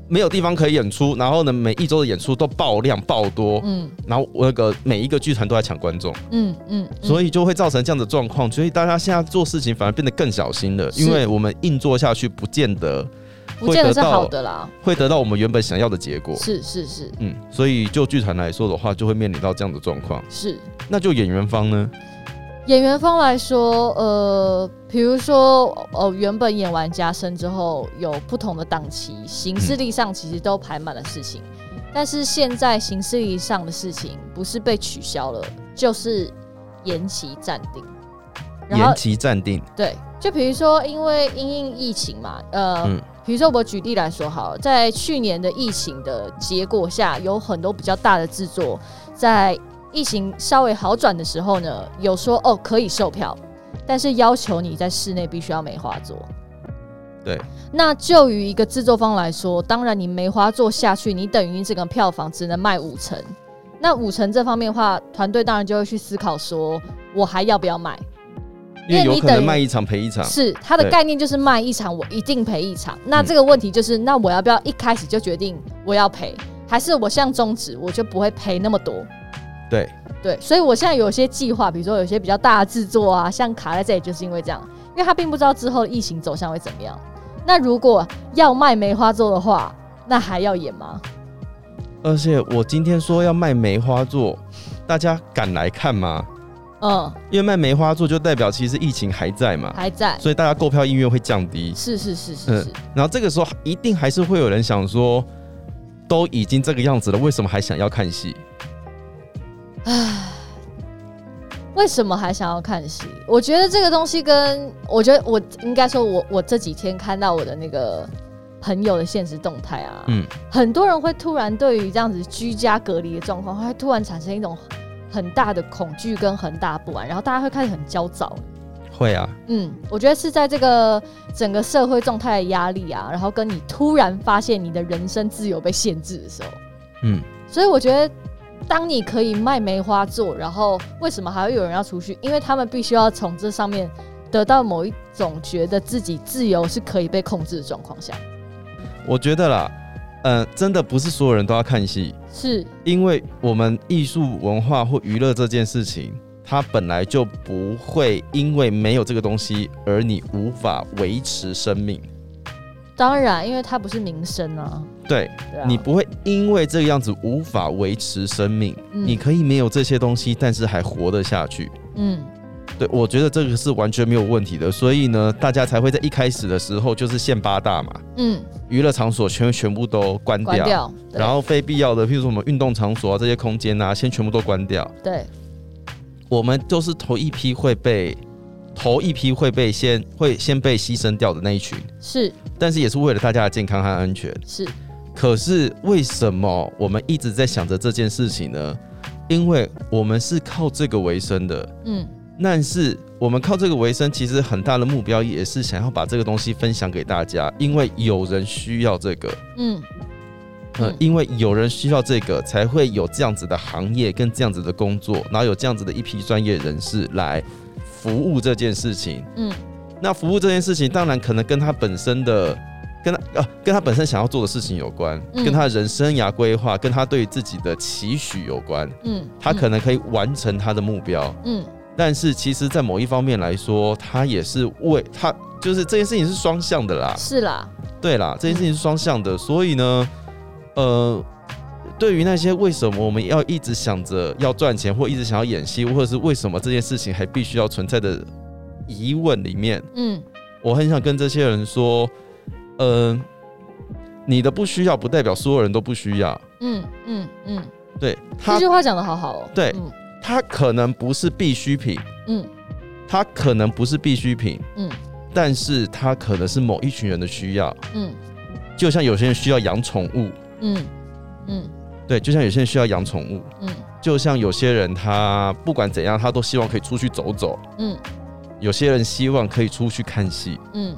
Speaker 1: 没有地方可以演出，然后呢，每一周的演出都爆量爆多，
Speaker 2: 嗯
Speaker 1: 然后我那个每一个剧团都在抢观众，
Speaker 2: 嗯嗯，
Speaker 1: 所
Speaker 2: 以
Speaker 1: 以就会造成这样的状况。所以大家现在做事情反而变得更小心了，
Speaker 2: 是
Speaker 1: 因为我们硬做下去，不见得
Speaker 2: 不见得是
Speaker 1: 会得到
Speaker 2: 好的啦，
Speaker 1: 会得到我们原本想要的结果。
Speaker 2: 是是是
Speaker 1: 嗯，所以就剧团来说的话，就会面临到这样的状况。
Speaker 2: 是。
Speaker 1: 那就演员方呢？
Speaker 2: 演员方来说，呃，比如说，呃，原本演完加深之后，有不同的档期，行事历上其实都排满了事情，但是现在行事历上的事情不是被取消了，就是延期暂定。然后
Speaker 1: 延期暂定，
Speaker 2: 对，就比如说，因为因应疫情嘛，呃，
Speaker 1: 嗯
Speaker 2: 比如说我举例来说好了，在去年的疫情的结果下，有很多比较大的制作，在疫情稍微好转的时候呢，有说哦可以售票，但是要求你在室内必须要梅花座。
Speaker 1: 对，
Speaker 2: 那就于一个制作方来说，当然你梅花座下去，你等于这个票房只能卖五成。那五成这方面的话，团队当然就会去思考说，我还要不要卖？
Speaker 1: 因为
Speaker 2: 因为
Speaker 1: 有
Speaker 2: 你
Speaker 1: 可能
Speaker 2: 等于
Speaker 1: 卖一场赔一场。
Speaker 2: 是它的
Speaker 1: 对嗯
Speaker 2: 概念就是卖一场，我一定赔一场。那这个问题就是，那我要不要一开始就决定我要赔，还是我像终止我就不会赔那么多？
Speaker 1: 对，
Speaker 2: 对，所以我现在有些计划，比如说有些比较大的制作啊，像卡在这里，就是因为这样，因为他并不知道之后的疫情走向会怎么样。那如果要卖梅花座的话，那还要演吗？
Speaker 1: 而且我今天说要卖梅花座，大家敢来看吗？
Speaker 2: 嗯，
Speaker 1: 因为卖梅花座就代表其实疫情还在嘛，
Speaker 2: 还在，
Speaker 1: 所以大家购票意愿会降低。
Speaker 2: 是是是是是，
Speaker 1: 然后这个时候一定还是会有人想说，都已经这个样子了，为什么还想要看戏？
Speaker 2: 为什么还想要看戏？我觉得这个东西跟我觉得我应该说我，我这几天看到我的那个朋友的现实动态啊，
Speaker 1: 嗯
Speaker 2: 很多人会突然对于这样子居家隔离的状况，会突然产生一种很大的恐惧跟很大的不安，然后大家会开始很焦躁。
Speaker 1: 会啊，
Speaker 2: 嗯，我觉得是在这个整个社会状态的压力啊，然后跟你突然发现你的人生自由被限制的时候，
Speaker 1: 嗯，
Speaker 2: 所以我觉得，当你可以卖梅花座，然后为什么还会有人要出去？因为他们必须要从这上面得到某一种觉得自己自由是可以被控制的状况下，
Speaker 1: 我觉得啦，嗯、真的不是所有人都要看戏，
Speaker 2: 是
Speaker 1: 因为我们艺术文化或娱乐这件事情，它本来就不会因为没有这个东西而你无法维持生命。
Speaker 2: 当然，因为它不是民生啊，
Speaker 1: 对，
Speaker 2: 对啊，
Speaker 1: 你不会因为这个样子无法维持生命，
Speaker 2: 嗯
Speaker 1: 你可以没有这些东西，但是还活得下去。
Speaker 2: 嗯
Speaker 1: 对，我觉得这个是完全没有问题的，所以呢，大家才会在一开始的时候就是限八大嘛，
Speaker 2: 嗯，
Speaker 1: 娱乐场所全全部都关掉，
Speaker 2: 关掉，对
Speaker 1: 然后非必要的，譬如说我们运动场所啊这些空间啊，先全部都关掉。
Speaker 2: 对，
Speaker 1: 我们就是头一批会被头一批会被先会先被牺牲掉的那一群，
Speaker 2: 是
Speaker 1: 但是也是为了大家的健康和安全。
Speaker 2: 是，
Speaker 1: 可是为什么我们一直在想着这件事情呢？因为我们是靠这个为生的，
Speaker 2: 嗯，
Speaker 1: 但是我们靠这个为生，其实很大的目标也是想要把这个东西分享给大家，因为有人需要这个，
Speaker 2: 嗯，
Speaker 1: 呃
Speaker 2: 嗯，
Speaker 1: 因为有人需要这个，才会有这样子的行业跟这样子的工作，然后有这样子的一批专业人士来服务这件事情。
Speaker 2: 嗯，
Speaker 1: 那服务这件事情，当然可能跟他本身的。跟他呃，跟他本身想要做的事情有关，
Speaker 2: 嗯
Speaker 1: 跟他的人生涯规划，跟他对自己的期许有关，
Speaker 2: 嗯，
Speaker 1: 他可能可以完成他的目标。
Speaker 2: 嗯，
Speaker 1: 但是其实，在某一方面来说，他也是为他就是这件事情是双向的啦
Speaker 2: 嗯，是啦，
Speaker 1: 对啦，这件事情是双向的，所以呢，呃，对于那些为什么我们要一直想着要赚钱，或一直想要演戏，或者是为什么这件事情还必须要存在的疑问里面，
Speaker 2: 嗯，
Speaker 1: 我很想跟这些人说，嗯、你的不需要不代表所有人都不需要，
Speaker 2: 嗯，嗯，嗯，
Speaker 1: 对
Speaker 2: 这
Speaker 1: 他
Speaker 2: 句话讲的好好哦，
Speaker 1: 对
Speaker 2: 嗯，
Speaker 1: 他可能不是必需品，
Speaker 2: 嗯，
Speaker 1: 他可能不是必需品，
Speaker 2: 嗯，
Speaker 1: 但是它可能是某一群人的需要，
Speaker 2: 嗯，
Speaker 1: 就像有些人需要养宠物，
Speaker 2: 嗯，嗯，
Speaker 1: 对，就像有些人需要养宠物，
Speaker 2: 嗯，
Speaker 1: 就像有些人他不管怎样，他都希望可以出去走走，
Speaker 2: 嗯，
Speaker 1: 有些人希望可以出去看戏，
Speaker 2: 嗯，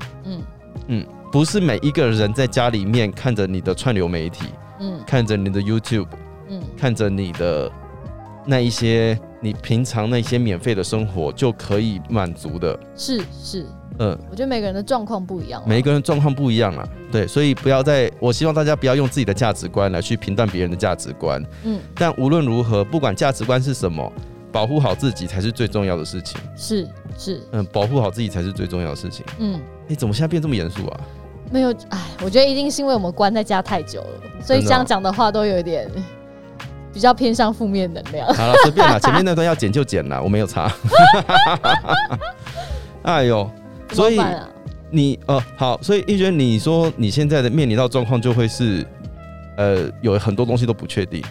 Speaker 2: 嗯，
Speaker 1: 不是每一个人在家里面看着你的串流媒体，
Speaker 2: 嗯，
Speaker 1: 看着你的 YouTube，
Speaker 2: 嗯，
Speaker 1: 看着你的那一些你平常那些免费的生活就可以满足的，
Speaker 2: 是是，
Speaker 1: 嗯、
Speaker 2: 我觉得每个人的状况不一样哦，
Speaker 1: 每一个人状况不一样啊，对，所以不要再，我希望大家不要用自己的价值观来去评断别人的价值观。
Speaker 2: 嗯，
Speaker 1: 但无论如何，不管价值观是什么，保护好自己才是最重要的事情。
Speaker 2: 是是，
Speaker 1: 嗯，保护好自己才是最重要的事情。
Speaker 2: 嗯。
Speaker 1: 哎、怎么现在变这么严肃啊？
Speaker 2: 没有，哎，我觉得一定是因为我们关在家太久了，所以
Speaker 1: 真的哦
Speaker 2: 这样讲的话都有一点比较偏向负面能量。
Speaker 1: 好了，随便啦，前面那段要剪就剪啦，我没有查。 哎呦，所以
Speaker 2: 怎么办啊
Speaker 1: 你呃好，所以一轩，你说你现在的面临到状况就会是，呃，有很多东西都不确定。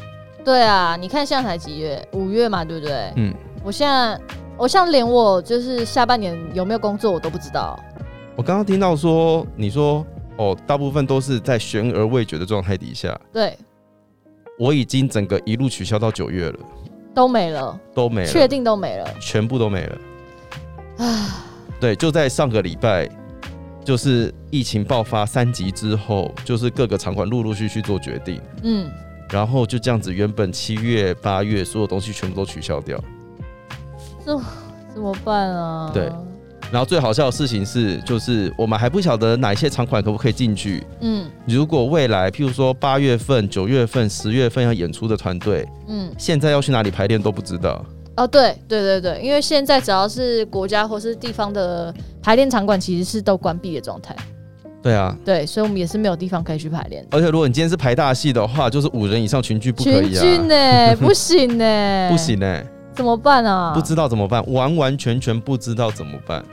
Speaker 2: 对啊，你看现在才几月？五月嘛，对不对？
Speaker 1: 嗯，
Speaker 2: 我现在，我像连我就是下半年有没有工作我都不知道。
Speaker 1: 我刚刚听到说，你说哦，大部分都是在悬而未决的状态底下，
Speaker 2: 对，
Speaker 1: 我已经整个一路取消到九月了，
Speaker 2: 都没了，
Speaker 1: 都没
Speaker 2: 确
Speaker 1: 了，
Speaker 2: 定都没了。
Speaker 1: 全部都没了。对，就在上个礼拜，就是疫情爆发三级之后，就是各个场馆陆陆续续做决定，
Speaker 2: 嗯，
Speaker 1: 然后就这样子，原本七月、八月所有东西全部都取消掉。
Speaker 2: 怎么办啊？
Speaker 1: 对，然后最好笑的事情是，就是我们还不晓得哪些场馆可不可以进去。
Speaker 2: 嗯
Speaker 1: 如果未来，譬如说八月份、九月份、十月份要演出的团队，
Speaker 2: 嗯，
Speaker 1: 现在要去哪里排练都不知道。
Speaker 2: 哦，对对对对，因为现在只要是国家或是地方的排练场馆，其实是都关闭的状态。
Speaker 1: 对啊，
Speaker 2: 对，所以我们也是没有地方可以去排练。
Speaker 1: 而且如果你今天是排大戏的话，就是五人以上群聚不可
Speaker 2: 群
Speaker 1: 以啊，
Speaker 2: 聚呢、不行 呢、
Speaker 1: 不，行哎、
Speaker 2: 怎么办啊？
Speaker 1: 不知道怎么办，完完全全不知道怎么办。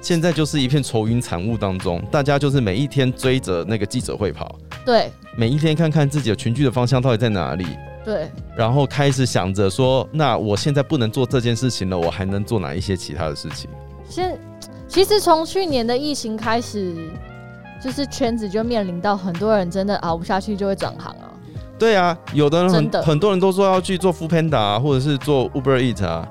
Speaker 1: 现在就是一片愁云惨雾当中，大家就是每一天追着那个记者会跑，
Speaker 2: 对
Speaker 1: 每一天看看自己的群聚的方向到底在哪里，
Speaker 2: 对，
Speaker 1: 然后开始想着说，那我现在不能做这件事情了，我还能做哪一些其他的事情？
Speaker 2: 现其实从去年的疫情开始，就是圈子就面临到很多人真的熬不下去就会转行啊。
Speaker 1: 对啊，有的人很
Speaker 2: 真的
Speaker 1: 很多人都说要去做 f o o Panda 啊、或者是做 Uber Eat 啊，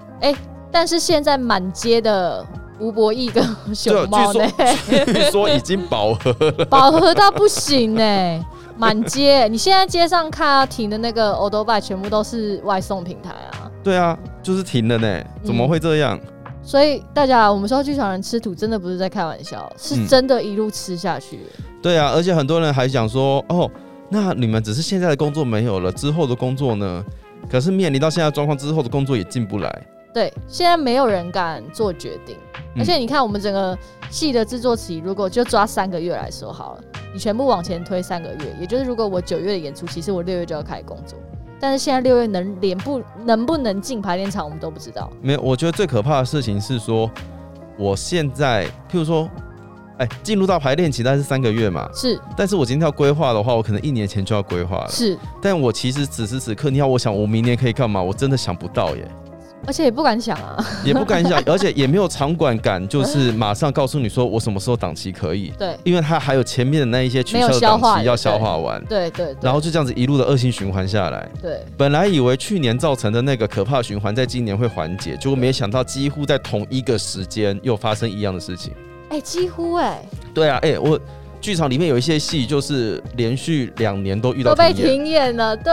Speaker 2: 但是现在满街的吴伯义跟 熊猫呢，
Speaker 1: 啊据说已经饱和了。
Speaker 2: 饱和到不行呢、 满街。你现在街上看啊，停的那个 o d o b i 全部都是外送平台啊，
Speaker 1: 对啊，就是停了呢，怎么会这样？
Speaker 2: 嗯所以大家我们说剧场人吃土真的不是在开玩笑，是
Speaker 1: 嗯
Speaker 2: 真的一路吃下去。
Speaker 1: 对啊，而且很多人还想说，哦，那你们只是现在的工作没有了，之后的工作呢？可是面临到现在的状况之后的工作也进不来。
Speaker 2: 对，现在没有人敢做决定，
Speaker 1: 嗯
Speaker 2: 而且你看我们整个戏的制作期，如果就抓三个月来说好了，你全部往前推三个月，也就是如果我九月的演出，其实我六月就要开始工作，但是现在六月能连不能不能进排练场，我们都不知道。
Speaker 1: 没有，我觉得最可怕的事情是说，我现在譬如说，哎，进入到排练期大概是三个月嘛，
Speaker 2: 是
Speaker 1: 但是我今天要规划的话，我可能一年前就要规划了。
Speaker 2: 是，
Speaker 1: 但我其实此时此刻，你要我想我明年可以干嘛，我真的想不到耶，
Speaker 2: 而且也不敢想啊。
Speaker 1: 也不敢想，而且也没有场馆敢，就是马上告诉你说我什么时候档期可以，
Speaker 2: 对
Speaker 1: 因为它还有前面的那一些取消
Speaker 2: 没
Speaker 1: 的
Speaker 2: 有消化
Speaker 1: 档期要
Speaker 2: 的
Speaker 1: 消化完，
Speaker 2: 对对对，
Speaker 1: 然后就这样子一路的恶性循环下来。
Speaker 2: 对
Speaker 1: 本来以为去年造成的那个可怕循环在今年会缓解，结果没想到几乎在同一个时间又发生一样的事情。
Speaker 2: 哎、几乎哎、
Speaker 1: 对啊，哎、我剧场里面有一些戏就是连续两年都遇到
Speaker 2: 都被
Speaker 1: 停演，
Speaker 2: 停演了，对，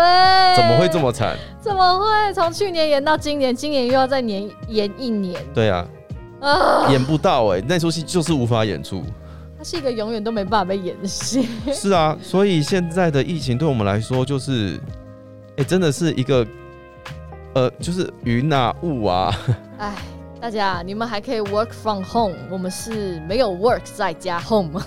Speaker 1: 怎么会这？么惨？
Speaker 2: 怎么会从去年延到今年，今年又要再延延一年
Speaker 1: 对啊，
Speaker 2: 啊？
Speaker 1: 演不到哎、那出戏就是无法演 出。
Speaker 2: 它是一个永远都没办法被演的戏，
Speaker 1: 是啊，所以现在的疫情对我们来说就是，哎、真的是一个，呃，就是云啊雾啊，
Speaker 2: 哎。大家，你们还可以 work from home，我们是没有 work 在家 home。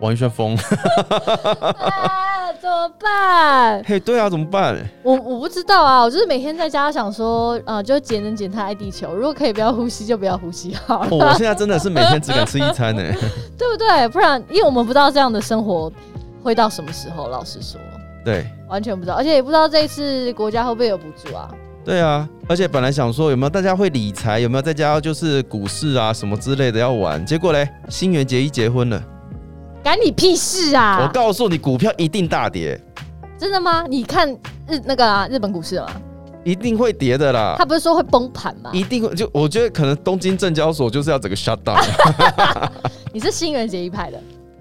Speaker 1: 完全疯。
Speaker 2: 啊，怎么办？
Speaker 1: 嘿，对啊，怎么 办？
Speaker 2: 我我不知道啊，我就是每天在家想说，呃，就节能减碳爱地球，如果可以不要呼吸就不要呼吸好了，
Speaker 1: 哦，我现在真的是每天只敢吃一餐呢、欸
Speaker 2: 对不对？不然，因为我们不知道这样的生活会到什么时候，老实说，
Speaker 1: 对。
Speaker 2: 完全不知道，而且也不知道这一次国家会不会有补助 啊？
Speaker 1: 对啊，而且本来想说有没有大家会理财，有没有在家就是股市啊什么之类的要玩，结果嘞，新垣结衣结婚了，
Speaker 2: 赶你屁事
Speaker 1: 我
Speaker 2: 啊！
Speaker 1: 告诉你，股票一定大跌，
Speaker 2: 真的吗？你看日那个、啊、日本股市吗？
Speaker 1: 一定会跌的啦
Speaker 2: 他，不是说会崩盘 吗？
Speaker 1: 一定会就我觉得可能东京证交所就是要整个 shut down。
Speaker 2: 你是新垣结衣派的，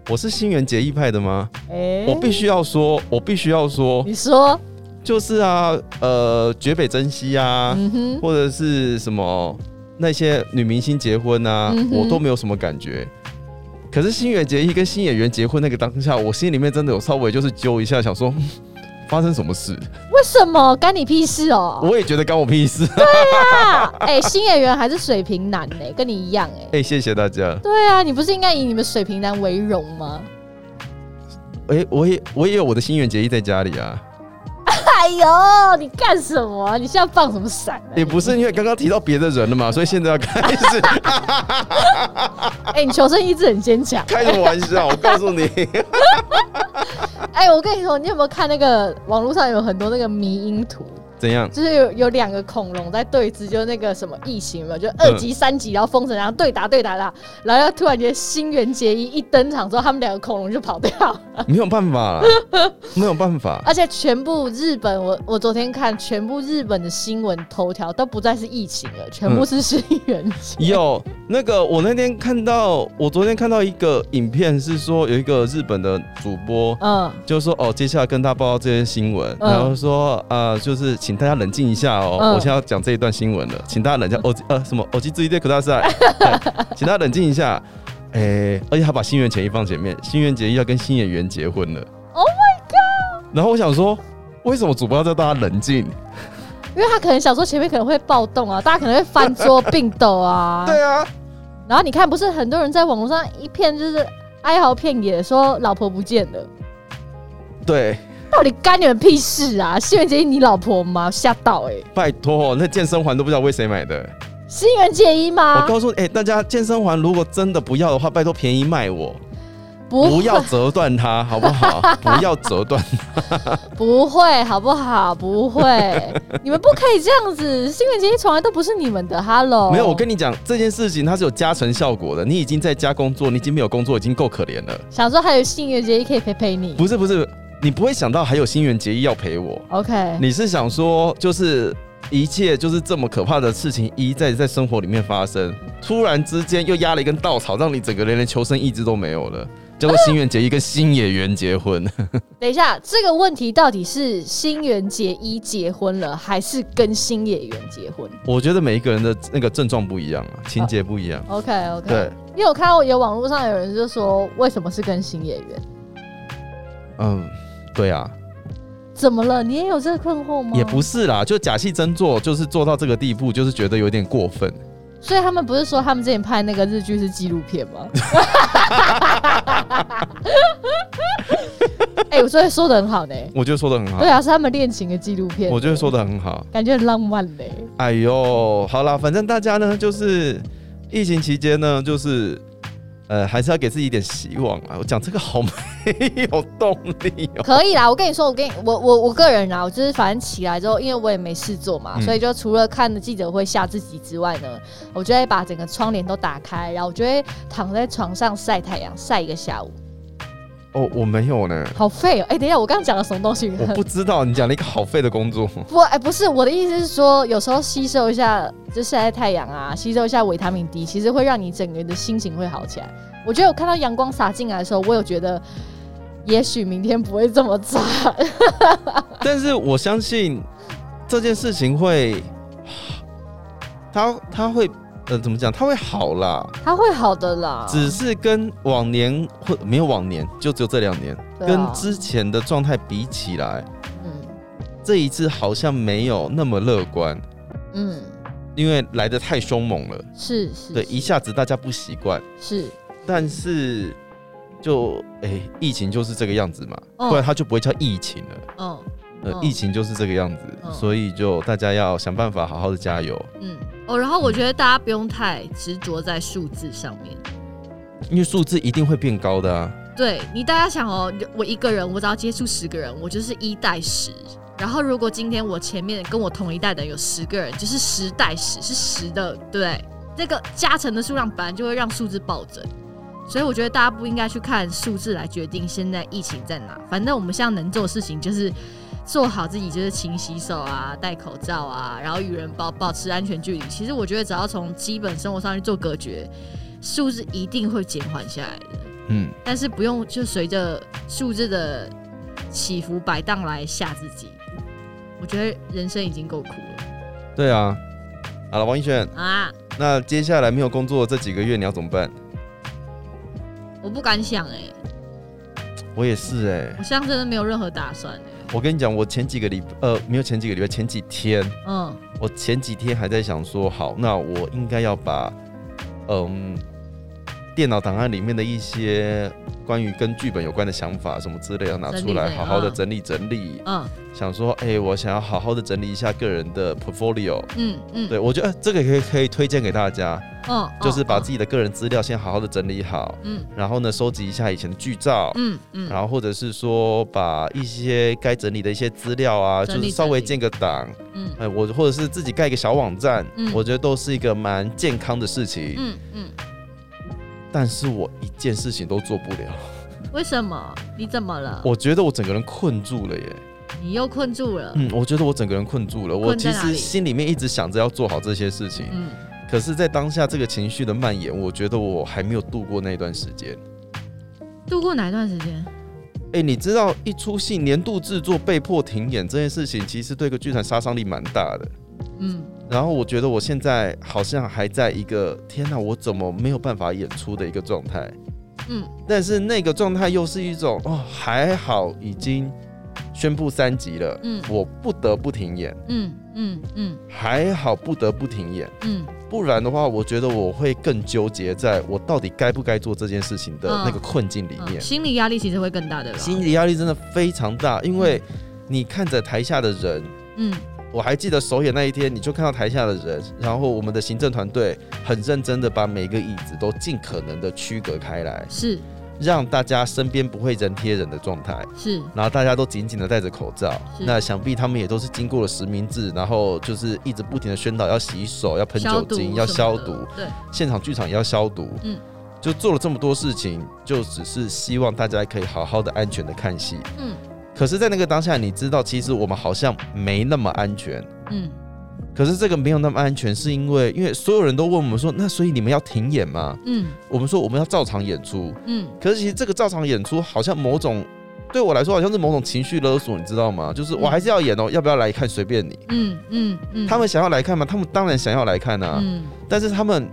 Speaker 1: 我是新垣结衣派的吗？
Speaker 2: 哎、
Speaker 1: 我必须要说，我必须要说，
Speaker 2: 你说，
Speaker 1: 就是啊，呃，绝北珍惜啊，
Speaker 2: 嗯哼，
Speaker 1: 或者是什么那些女明星结婚啊，
Speaker 2: 嗯哼
Speaker 1: 我都没有什么感觉。可是新垣结衣跟新演员结婚那个当下，我心里面真的有稍微就是揪一下，想说 嗯发生什么事，
Speaker 2: 为什么干你屁事哦、
Speaker 1: 我也觉得干我屁事。
Speaker 2: 啊，哎、新演员还是水瓶男呢、跟你一样哎、
Speaker 1: 哎、谢谢大家。
Speaker 2: 对啊，你不是应该以你们水瓶男为荣吗？
Speaker 1: 哎、我也我也有我的新垣结衣在家里啊，
Speaker 2: 哎呦，你干什么啊？你现在放什么啊闪呢、
Speaker 1: 也不是因为刚刚提到别的人了 嘛，所以现在要开始
Speaker 2: 哎、你求生意志很坚强。
Speaker 1: 开什么玩笑？我告诉你，
Speaker 2: 哎、我跟你说，你有没有看那个网络上有很多那个迷因图？
Speaker 1: 怎样？
Speaker 2: 就是有有两个恐龙在对峙，就是那个什么疫情有没有？就
Speaker 1: 嗯
Speaker 2: 二级、三级，然后封神，然后对打、对打、打，然后要突然间新垣结衣一登场之后，他们两个恐龙就跑掉 了，
Speaker 1: 没有办法啦，啊没有办法。
Speaker 2: 而且全部日本，我我昨天看全部日本的新闻头条都不再是疫情了，全部是新垣结衣。
Speaker 1: 嗯有那个，我那天看到，我昨天看到一个影片，是说有一个日本的主播，
Speaker 2: 嗯，
Speaker 1: 就说哦，接下来跟大家报道这些新闻，
Speaker 2: 嗯
Speaker 1: 然后说呃，就是请大家冷静一下哦，
Speaker 2: 嗯
Speaker 1: 我现在要讲这一段新闻了，请大家冷静，哦呃什么，耳机注意对口大 赛，对哎请大家冷静一下。哎、而且他把新垣结衣放前面，新垣结衣要跟新演员结婚了。
Speaker 2: Oh
Speaker 1: my god！然后我想说，为什么主播要叫大家冷静？
Speaker 2: 因为他可能想说前面可能会暴动啊，大家可能会翻 桌并斗啊。
Speaker 1: 对啊，
Speaker 2: 然后你看，不是很多人在网络上一片就是哀嚎遍野，说老婆不见了。
Speaker 1: 对，
Speaker 2: 到底干你们屁事啊！ 新垣结衣，你老婆吗？吓到哎、
Speaker 1: 拜托，那健身环都不知道为谁买的。
Speaker 2: 新垣结衣
Speaker 1: 我
Speaker 2: 吗？
Speaker 1: 告诉你，哎、大家健身环如果真的不要的话，拜托便宜卖我，
Speaker 2: 不
Speaker 1: 不要折断它，好不 好？不要折断。
Speaker 2: 不会，好不好？不会， 你们不可以这样子。新垣结衣从来都不是你们的，Hello。
Speaker 1: 没有，我跟你讲，这件事情它是有加成效果的。你已经在家工作，你已经没有工作，已经够可怜了。
Speaker 2: 想说还有新垣结衣可以陪陪你。
Speaker 1: 不是不是，你不会想到还有新垣结衣要陪我，
Speaker 2: OK，
Speaker 1: 你是想说就是。一切就是这么可怕的事情一再在生活里面发生，突然之间又压了一根稻草，让你整个人连求生意志都没有了，叫做新垣结衣跟新演员结婚。
Speaker 2: 等一下，这个问题到底是新垣结衣结婚了，还是跟新演员结婚
Speaker 1: 我觉得每一个人的那个症状不一样啊，情节不一 样。
Speaker 2: ？OK OK，
Speaker 1: 对，
Speaker 2: 因为我看到有网络上有人就说，为什么是跟新演员？
Speaker 1: 嗯，对啊，
Speaker 2: 怎么了？你也有这个困惑吗？
Speaker 1: 也不是啦，就假戏真做，就是做到这个地步，就是觉得有点过分。
Speaker 2: 所以他们不是说他们之前拍那个日 剧是纪录片吗？哎、我昨天说的很好呢、
Speaker 1: 我觉得说的很好
Speaker 2: 对，啊，是他们恋情的纪录片、
Speaker 1: 我觉得说的很好。
Speaker 2: 感觉很浪漫嘞、
Speaker 1: 哎呦，好啦，反正大家呢，就是疫情期间呢，就是呃，还是要给自己一点希望啊。我讲这个好没有动力 哦、
Speaker 2: 可以啦，我跟你说，我跟你我我我个人啦，我就是反正起来之后，因为我也没事做嘛，
Speaker 1: 嗯
Speaker 2: 所以就除了看记者会吓自己之外呢，我就会把整个窗帘都打开，然后我就会躺在床上晒太阳，晒一个下午，
Speaker 1: 哦，我没有呢，
Speaker 2: 好废哦、哎、等一下，我刚刚讲了什么东西？
Speaker 1: 我不知道你讲了一个好废的工作。
Speaker 2: 不，哎、不是我的意思是说，有时候吸收一下，就晒晒太阳啊，吸收一下维他命 D，其实会让你整个人的心情会好起来。我觉得我看到阳光洒进来的时候，我有觉得，也许明天不会这么差。
Speaker 1: 但是我相信这件事情会，它它会呃怎么讲？它会好啦，
Speaker 2: 它会好的啦，
Speaker 1: 只是跟往年或没有往年，就只有这两年、
Speaker 2: 对啊
Speaker 1: 跟之前的状态比起来，
Speaker 2: 嗯
Speaker 1: 这一次好像没有那么乐观，
Speaker 2: 嗯，
Speaker 1: 因为来的太凶猛了，
Speaker 2: 是是，
Speaker 1: 对，一下子大家不习惯，
Speaker 2: 是
Speaker 1: 但是。就哎、疫情就是这个样子嘛，
Speaker 2: 嗯
Speaker 1: 不然它就不会叫疫情了。
Speaker 2: 嗯
Speaker 1: 呃，
Speaker 2: 嗯
Speaker 1: 疫情就是这个样子，
Speaker 2: 嗯
Speaker 1: 所以就大家要想办法好好的加油。
Speaker 2: 嗯哦，然后我觉得大家不用太执着在数字上面。
Speaker 1: 因为数字一定会变高的啊。
Speaker 3: 对你，大家想哦，我一个人，我只要接触十个人，我就是一带十。然后，如果今天我前面跟我同一代的人有十个人，就是十带十，是十的，对不对？这个加成的数量本来就会让数字暴增，所以我觉得大家不应该去看数字来决定现在疫情在哪。反正我们现在能做的事情就是做好自己，就是勤洗手啊，戴口罩啊，然后与人保保持安全距离。其实我觉得只要从基本生活上去做隔绝，数字一定会减缓下来的。
Speaker 1: 嗯，
Speaker 3: 但是不用就随着数字的起伏摆荡来吓自己。我觉得人生已经够苦了
Speaker 1: 对啊。好了，王一璇，
Speaker 3: 啊！
Speaker 1: 那接下来没有工作这几个月你要怎么办？
Speaker 3: 我不敢想哎、
Speaker 1: 我也是哎、
Speaker 3: 我现在真的没有任何打算哎、
Speaker 1: 我跟你讲，我前几个礼呃没有前几个礼拜，前几天，
Speaker 3: 嗯
Speaker 1: 我前几天还在想说，好，那我应该要把嗯电脑档案里面的一些关于跟剧本有关的想法什么之类的拿出
Speaker 3: 整理整
Speaker 1: 来，
Speaker 3: 理
Speaker 1: 好好的
Speaker 3: 嗯
Speaker 1: 整理整理。
Speaker 3: 嗯
Speaker 1: 想说，哎、我想要好好的整理一下个人的 portfolio。
Speaker 3: 嗯嗯，
Speaker 1: 对，我觉得、呃这个可以可以推荐给大家。
Speaker 3: 嗯，
Speaker 1: 就是把
Speaker 3: 己
Speaker 1: 自己的个人资料先好好的整理好，
Speaker 3: 嗯
Speaker 1: 然后呢，收集一下以前的剧照，
Speaker 3: 嗯嗯
Speaker 1: 然后或者是说把一些该整理的一些资料啊，
Speaker 3: 整
Speaker 1: 就
Speaker 3: 理
Speaker 1: 是稍微建个档，
Speaker 3: 嗯
Speaker 1: 哎，我或者是自己盖一个小网站，
Speaker 3: 嗯
Speaker 1: 我觉得都是一个蛮健康的事情。
Speaker 3: 嗯嗯，
Speaker 1: 但是我一件事情都做不了，
Speaker 3: 为什么？你怎么了？
Speaker 1: 我觉得我整个人困住了耶。
Speaker 3: 你又困住了。
Speaker 1: 嗯，我觉得我整个人困住了。我
Speaker 3: 困
Speaker 1: 其
Speaker 3: 在哪
Speaker 1: 实
Speaker 3: 里
Speaker 1: 心里面一直想着要做好这些事情，
Speaker 3: 嗯，
Speaker 1: 可是，在当下这个情绪的蔓延，我觉得我还没有度过那段时间。
Speaker 3: 度过哪一段时间？
Speaker 1: 哎、你知道一出戏年度制作被迫停演这件事情，其实对一个剧团杀伤力蛮大的。
Speaker 3: 嗯，
Speaker 1: 然后我觉得我现在好像还在一个天哪，我怎么没有办法演出的一个状态。
Speaker 3: 嗯，
Speaker 1: 但是那个状态又是一种哦，还好已经宣布三级了，
Speaker 3: 嗯
Speaker 1: 我不得不停演，
Speaker 3: 嗯嗯嗯
Speaker 1: 还好不得不停演，
Speaker 3: 嗯
Speaker 1: 不然的话，我觉得我会更纠结在我到底该不该做这件事情的那个困境里面
Speaker 3: 嗯，。啊心理压力其实会更大，对吧？
Speaker 1: 心理压力真的非常大，因为你看着台下的人，
Speaker 3: 嗯
Speaker 1: 我还记得首演那一天，你就看到台下的人，然后我们的行政团队很认真的把每个椅子都尽可能的区隔开来，
Speaker 3: 是
Speaker 1: 让大家身边不会人贴人的状态。
Speaker 3: 是
Speaker 1: 然后大家都紧紧的戴着口罩，
Speaker 3: 是
Speaker 1: 那想必他们也都是经过了实名制，然后就是一直不停的宣导要洗手、要喷酒
Speaker 3: 消毒
Speaker 1: 精、要
Speaker 3: 什么
Speaker 1: 消
Speaker 3: 的
Speaker 1: 毒，
Speaker 3: 对，
Speaker 1: 现场剧场也要消毒。
Speaker 3: 嗯
Speaker 1: 就做了这么多事情，就只是希望大家可以好好的、安全的看戏。
Speaker 3: 嗯
Speaker 1: 可是，在那个当下，你知道，其实我们好像没那么安全。
Speaker 3: 嗯
Speaker 1: 可是这个没有那么安全，是因为因为所有人都问我们说，那所以你们要停演吗？
Speaker 3: 嗯
Speaker 1: 我们说我们要照常演出。
Speaker 3: 嗯
Speaker 1: 可是其实这个照常演出好像某种对我来说好像是某种情绪勒索，你知道吗？就是我还是要演哦，要不要来看随便你。
Speaker 3: 嗯嗯嗯，
Speaker 1: 他们想要来看吗？他们当然想要来看啊，
Speaker 3: 嗯。
Speaker 1: 但是他们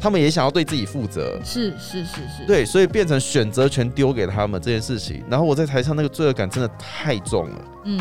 Speaker 1: 他们也想要对自己负责。
Speaker 3: 是是是是，，
Speaker 1: 对，所以变成选择权丢给他们这件事情，然后我在台上那个罪恶感真的太重了。
Speaker 3: 嗯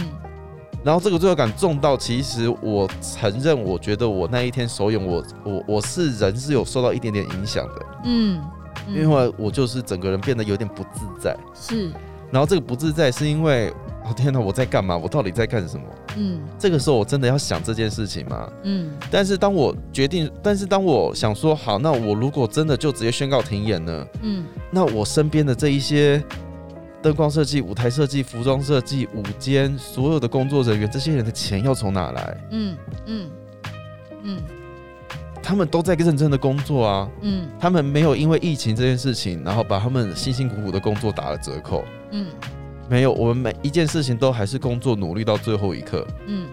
Speaker 1: 然后这个罪恶感重到，其实我承认，我觉得我那一天首演，我我我是人是有受到一点点影响的，
Speaker 3: 嗯，嗯
Speaker 2: 嗯
Speaker 1: 因为我就是整个人变得有点不自在。
Speaker 3: 是
Speaker 1: 然后这个不自在是因为，哦天哪，我在干嘛？我到底在干什么？
Speaker 2: 嗯
Speaker 1: 这个时候我真的要想这件事情吗？
Speaker 2: 嗯
Speaker 1: 但是当我决定，但是当我想说，好，那我如果真的就直接宣告停演呢？
Speaker 2: 嗯
Speaker 1: 那我身边的这一些灯光设计、舞台设计、服装设计、舞间所有的工作人员，这些人的钱要从哪来？
Speaker 2: 嗯嗯嗯
Speaker 1: 他们都在认真的工作啊，
Speaker 2: 嗯
Speaker 1: 他们没有因为疫情这件事情，然后把他们辛辛苦苦的工作打了折扣。
Speaker 2: 嗯
Speaker 1: 没有，我们每一件事情都还是工作努力到最后一刻，
Speaker 2: 嗯，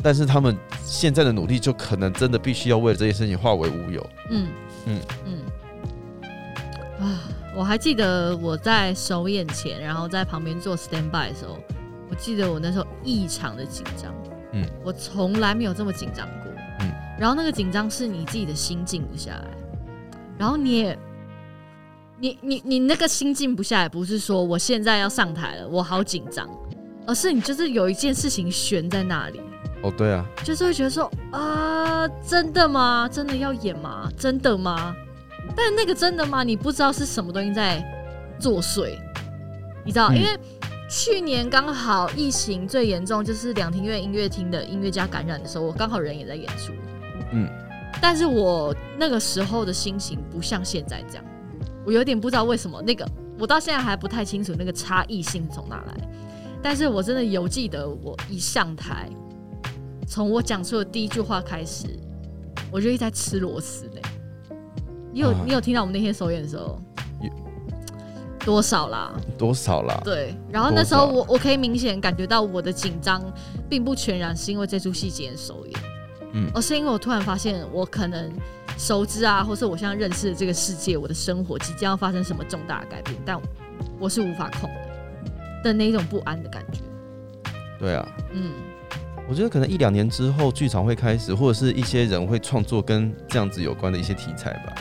Speaker 1: 但是他们现在的努力就可能真的必须要为了这件事情化为乌有。
Speaker 2: 嗯嗯
Speaker 1: 嗯
Speaker 2: 嗯啊！我还记得我在首演前，然后在旁边做 stand by 的时候，我记得我那时候异常的紧张。
Speaker 1: 嗯，
Speaker 2: 我从来没有这么紧张过。
Speaker 1: 嗯，
Speaker 2: 然后那个紧张是你自己的心静不下来，然后你也。你你你那个心静不下来，不是说我现在要上台了，我好紧张，而是你就是有一件事情悬在那里，
Speaker 1: 哦，对啊，
Speaker 2: 就是会觉得说啊、真的吗？真的要演吗？真的吗？但那个真的吗？你不知道是什么东西在作祟，你知道？
Speaker 1: 嗯
Speaker 2: 因为去年刚好疫情最严重，就是两厅院音乐厅的音乐家感染的时候，我刚好人也在演出，
Speaker 1: 嗯，
Speaker 2: 但是我那个时候的心情不像现在这样，我有点不知道为什么那个，我到现在还不太清楚那个差异性从哪来，但是我真的有记得，我一上台，从我讲出的第一句话开始，我就一直在吃螺丝呢。你有、
Speaker 1: 啊
Speaker 2: 你有听到我们那天首演的时候
Speaker 1: 有，
Speaker 2: 多少啦？
Speaker 1: 多少啦？
Speaker 2: 对，然后那时候
Speaker 1: 多
Speaker 2: 我我可以明显感觉到我的紧张，并不全然是因为这出戏今天首演，
Speaker 1: 嗯
Speaker 2: 而哦是因为我突然发现我可能熟知啊，或是我现在认识的这个世界，我的生活即将要发生什么重大的改变，但我是无法控的的那一种不安的感觉。
Speaker 1: 对啊，
Speaker 2: 嗯
Speaker 1: 我觉得可能一两年之后，剧场会开始，或者是一些人会创作跟这样子有关的一些题材吧。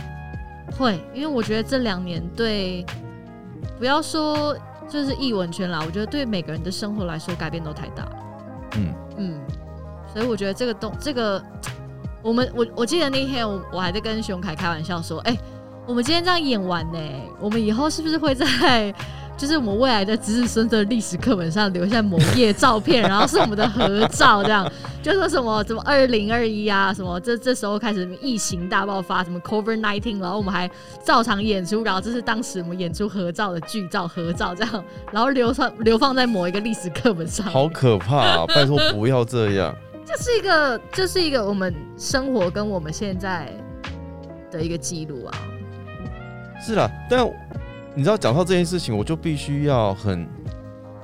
Speaker 2: 会，因为我觉得这两年对，不要说就是艺文圈啦，我觉得对每个人的生活来说改变都太大了。
Speaker 1: 嗯
Speaker 2: 嗯，所以我觉得这个东这个，我们我我记得那天我我还在跟熊凯开玩笑说，哎、我们今天这样演完呢、我们以后是不是会在就是我们未来的子子孙孙的历史课本上留下某页照片，然后是我们的合照，这样就说什么什么二零二一啊，什么这这时候开始疫情大爆发，什么 COVID nineteen，然后我们还照常演出，然后这是当时我们演出合照的剧照合照这样，然后流传流放在某一个历史课本上，
Speaker 1: 好可怕、啊！拜托不要这样。
Speaker 2: 是一个，就是一个我们生活跟我们现在的一个记录啊。
Speaker 1: 是啦，但你知道讲到这件事情，我就必须要很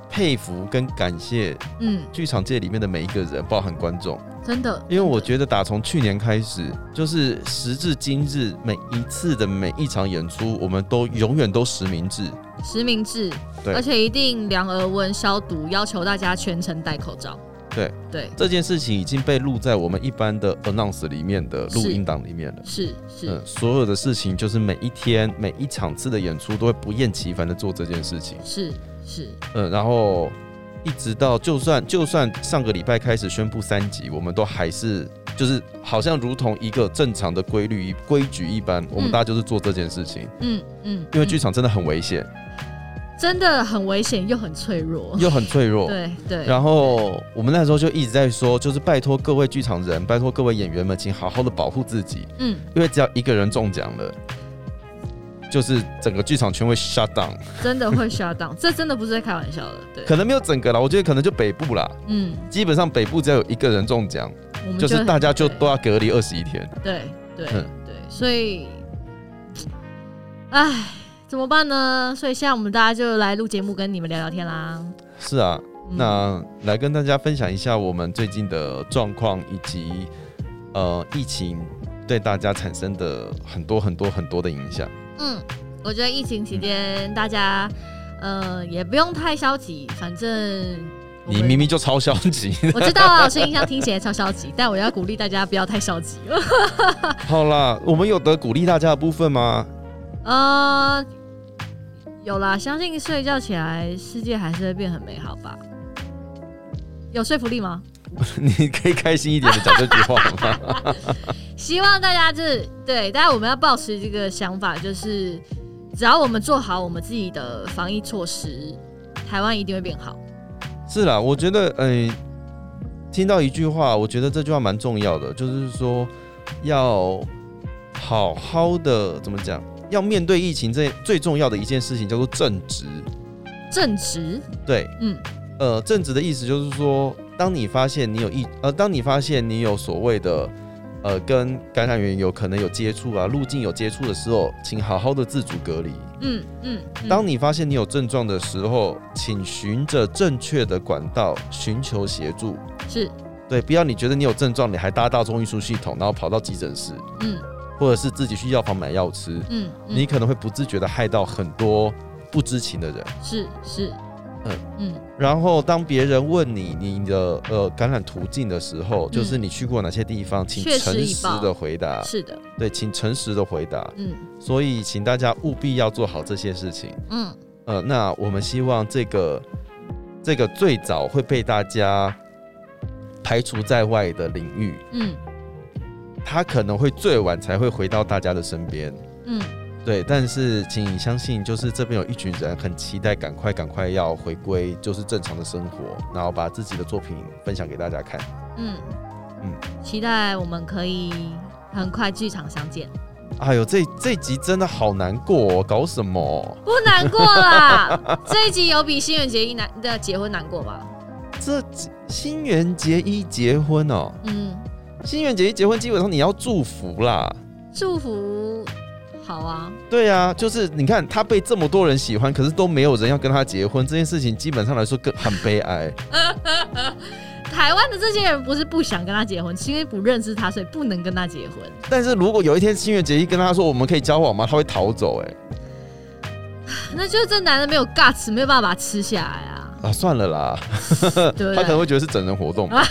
Speaker 1: 佩服跟感谢
Speaker 2: 嗯，
Speaker 1: 剧场界里面的每一个人，包含观众，
Speaker 2: 真的，
Speaker 1: 因为我觉得打从去年开始，就是时至今日，每一次的每一场演出，我们都永远都实名制。
Speaker 2: 实名制，
Speaker 1: 对
Speaker 2: 而且一定量额温、消毒，要求大家全程戴口罩。
Speaker 1: 对
Speaker 2: 对，
Speaker 1: 这件事情已经被录在我们一般的 announce 里面的录
Speaker 2: 是
Speaker 1: 音档里面了。
Speaker 2: 是是、
Speaker 1: 嗯，所有的事情就是每一天、每一场次的演出都会不厌其烦的做这件事情。
Speaker 2: 是是，
Speaker 1: 嗯，然后一直到就算就算上个礼拜开始宣布三级，我们都还是就是好像如同一个正常的规律规矩一般，我们大家就是做这件事情，
Speaker 2: 嗯嗯，
Speaker 1: 因为剧
Speaker 2: 嗯
Speaker 1: 场真的很危险，
Speaker 2: 真的很危险又很脆弱。
Speaker 1: 又很脆弱。
Speaker 2: 对对，
Speaker 1: 然后我们那时候就一直在说，就是拜托各位剧场人，拜托各位演员们，请好好的保护自己，
Speaker 2: 嗯，
Speaker 1: 因为只要一个人中奖了，就是整个剧场全会 shut down，
Speaker 2: 真的会 shut down，这真的不是在开玩笑的。对，
Speaker 1: 可能没有整个啦，我觉得可能就北部啦，
Speaker 2: 嗯，
Speaker 1: 基本上北部只要有一个人中奖，
Speaker 2: 我们
Speaker 1: 就是大家就
Speaker 2: 对
Speaker 1: 都要隔离二十一天。
Speaker 2: 对对
Speaker 1: 嗯
Speaker 2: 对，所以，唉，怎么办呢？所以现在我们大家就来录节目，跟你们聊聊天啦。
Speaker 1: 是啊，
Speaker 2: 嗯
Speaker 1: 那来跟大家分享一下我们最近的状况，以及呃疫情对大家产生的很多很多很多的影响。
Speaker 2: 嗯，我觉得疫情期间大家呃也不用太消极，反正我
Speaker 1: 你
Speaker 2: 们
Speaker 1: 明明就超消极。
Speaker 2: 我知道啊，我声音上听起来超消极，但我要鼓励大家不要太消极。
Speaker 1: 好啦，我们有得鼓励大家的部分吗？
Speaker 2: 呃，有啦，相信睡觉起来世界还是会变很美好吧。有说服力吗？
Speaker 1: 你可以开心一点的讲这句话吗？
Speaker 2: 希望大家就是对，大家我们要保持这个想法，就是只要我们做好我们自己的防疫措施，台湾一定会变好。
Speaker 1: 是啦，我觉得，嗯、听到一句话，我觉得这句话蛮重要的，就是说要好好的怎么讲，要面对疫情这最重要的一件事情叫做正直。
Speaker 2: 正直，
Speaker 1: 对，
Speaker 2: 嗯，
Speaker 1: 呃，正直的意思就是说，当你发现你有疫，呃，当你发现你有所谓的，呃，跟感染源有可能有接触啊，路径有接触的时候，请好好的自主隔离。
Speaker 2: 嗯嗯，嗯
Speaker 1: 当你发现你有症状的时候，请循着正确的管道寻求协助。
Speaker 2: 是，
Speaker 1: 对，不要你觉得你有症状，你还搭大众运输系统，然后跑到急诊室，
Speaker 2: 嗯
Speaker 1: 或者是自己去药房买药吃，
Speaker 2: 嗯，嗯
Speaker 1: 你可能会不自觉的害到很多不知情的人。
Speaker 2: 是是，
Speaker 1: 嗯
Speaker 2: 嗯
Speaker 1: 然后当别人问你你的呃感染途径的时候，
Speaker 2: 嗯
Speaker 1: 就是你去过哪些地方，请
Speaker 2: 确实
Speaker 1: 诚
Speaker 2: 以
Speaker 1: 实
Speaker 2: 报
Speaker 1: 的回答。
Speaker 2: 是的，
Speaker 1: 对，请诚实的回答。
Speaker 2: 嗯
Speaker 1: 所以，请大家务必要做好这些事情。
Speaker 2: 嗯
Speaker 1: 呃，那我们希望这个这个最早会被大家排除在外的领域，
Speaker 2: 嗯
Speaker 1: 它可能会最晚才会回到大家的身边。
Speaker 2: 嗯，
Speaker 1: 对，但是请相信，就是这边有一群人很期待，赶快赶快要回归，就是正常的生活，然后把自己的作品分享给大家看。嗯
Speaker 2: 嗯嗯，期待我们可以很快剧场相见，
Speaker 1: 哎呦，这这集真的好难过、哦，搞什么？
Speaker 2: 不难过 啦。这一集有比新垣结衣难的结婚难过吧？
Speaker 1: 这新垣结衣结婚哦，
Speaker 2: 嗯，
Speaker 1: 新垣结衣结婚基本上你要祝福啦。
Speaker 2: 祝福好啊，
Speaker 1: 对啊，就是你看他被这么多人喜欢，可是都没有人要跟他结婚，这件事情基本上来说更很悲哀。
Speaker 2: 台湾的这些人不是不想跟他结婚，是因为不认识他，所以不能跟他结婚。
Speaker 1: 但是如果有一天新垣结衣跟他说我们可以交往吗？他会逃走哎、
Speaker 2: 那就是这男的没有 guts，没有办法把他吃下来啊。
Speaker 1: 啊， 算了啦，
Speaker 2: 对
Speaker 1: 呃他可能会觉得是整人活 动吧。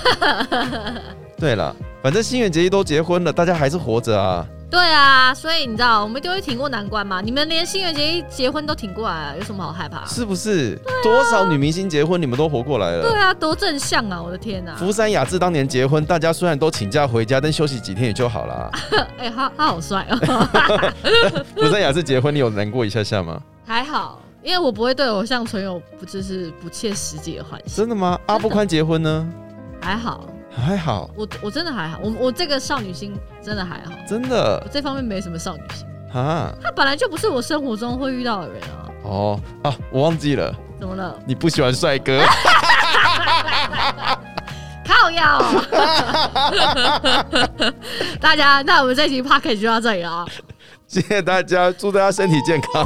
Speaker 1: 对了，反正新垣结衣都结婚了，大家还是活着啊。
Speaker 2: 对啊，所以你知道我们一定会挺过难关嘛。你们连新垣结衣结婚都挺过来啊，有什么好害怕？
Speaker 1: 是不是？多少女明星结婚，你们都活过来
Speaker 2: 对
Speaker 1: 了。
Speaker 2: 啊，多正向啊！我的天呐、啊，
Speaker 1: 福山雅治当年结婚，大家虽然都请假回家，但休息几天也就好 啦。
Speaker 2: 哎、他他好帅哦，
Speaker 1: 福山雅治结婚，你有难过一下下吗？
Speaker 2: 还好，因为我不会对偶像存有不就是不切实际的幻想
Speaker 1: 真，的吗？阿布宽结婚呢？
Speaker 2: 还好，
Speaker 1: 还好，
Speaker 2: 我我真的还好，我我这个少女心真的还好，
Speaker 1: 真
Speaker 2: 我
Speaker 1: 的
Speaker 2: 这方面没什么少女心，
Speaker 1: 啊。
Speaker 2: 他本来就不是我生活中会遇到的人啊，
Speaker 1: 哦啊，我忘记了，
Speaker 2: 怎么了？
Speaker 1: 你不喜欢帅哥。
Speaker 2: 靠药、 大家，那我们这期 p o c k e t 就到这里了啊。
Speaker 1: 谢谢大家，祝大家身体健康，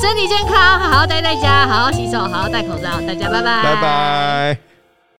Speaker 2: 身体健康，好好待在家，好好洗手，好好戴口罩。大家拜拜，
Speaker 1: 拜拜。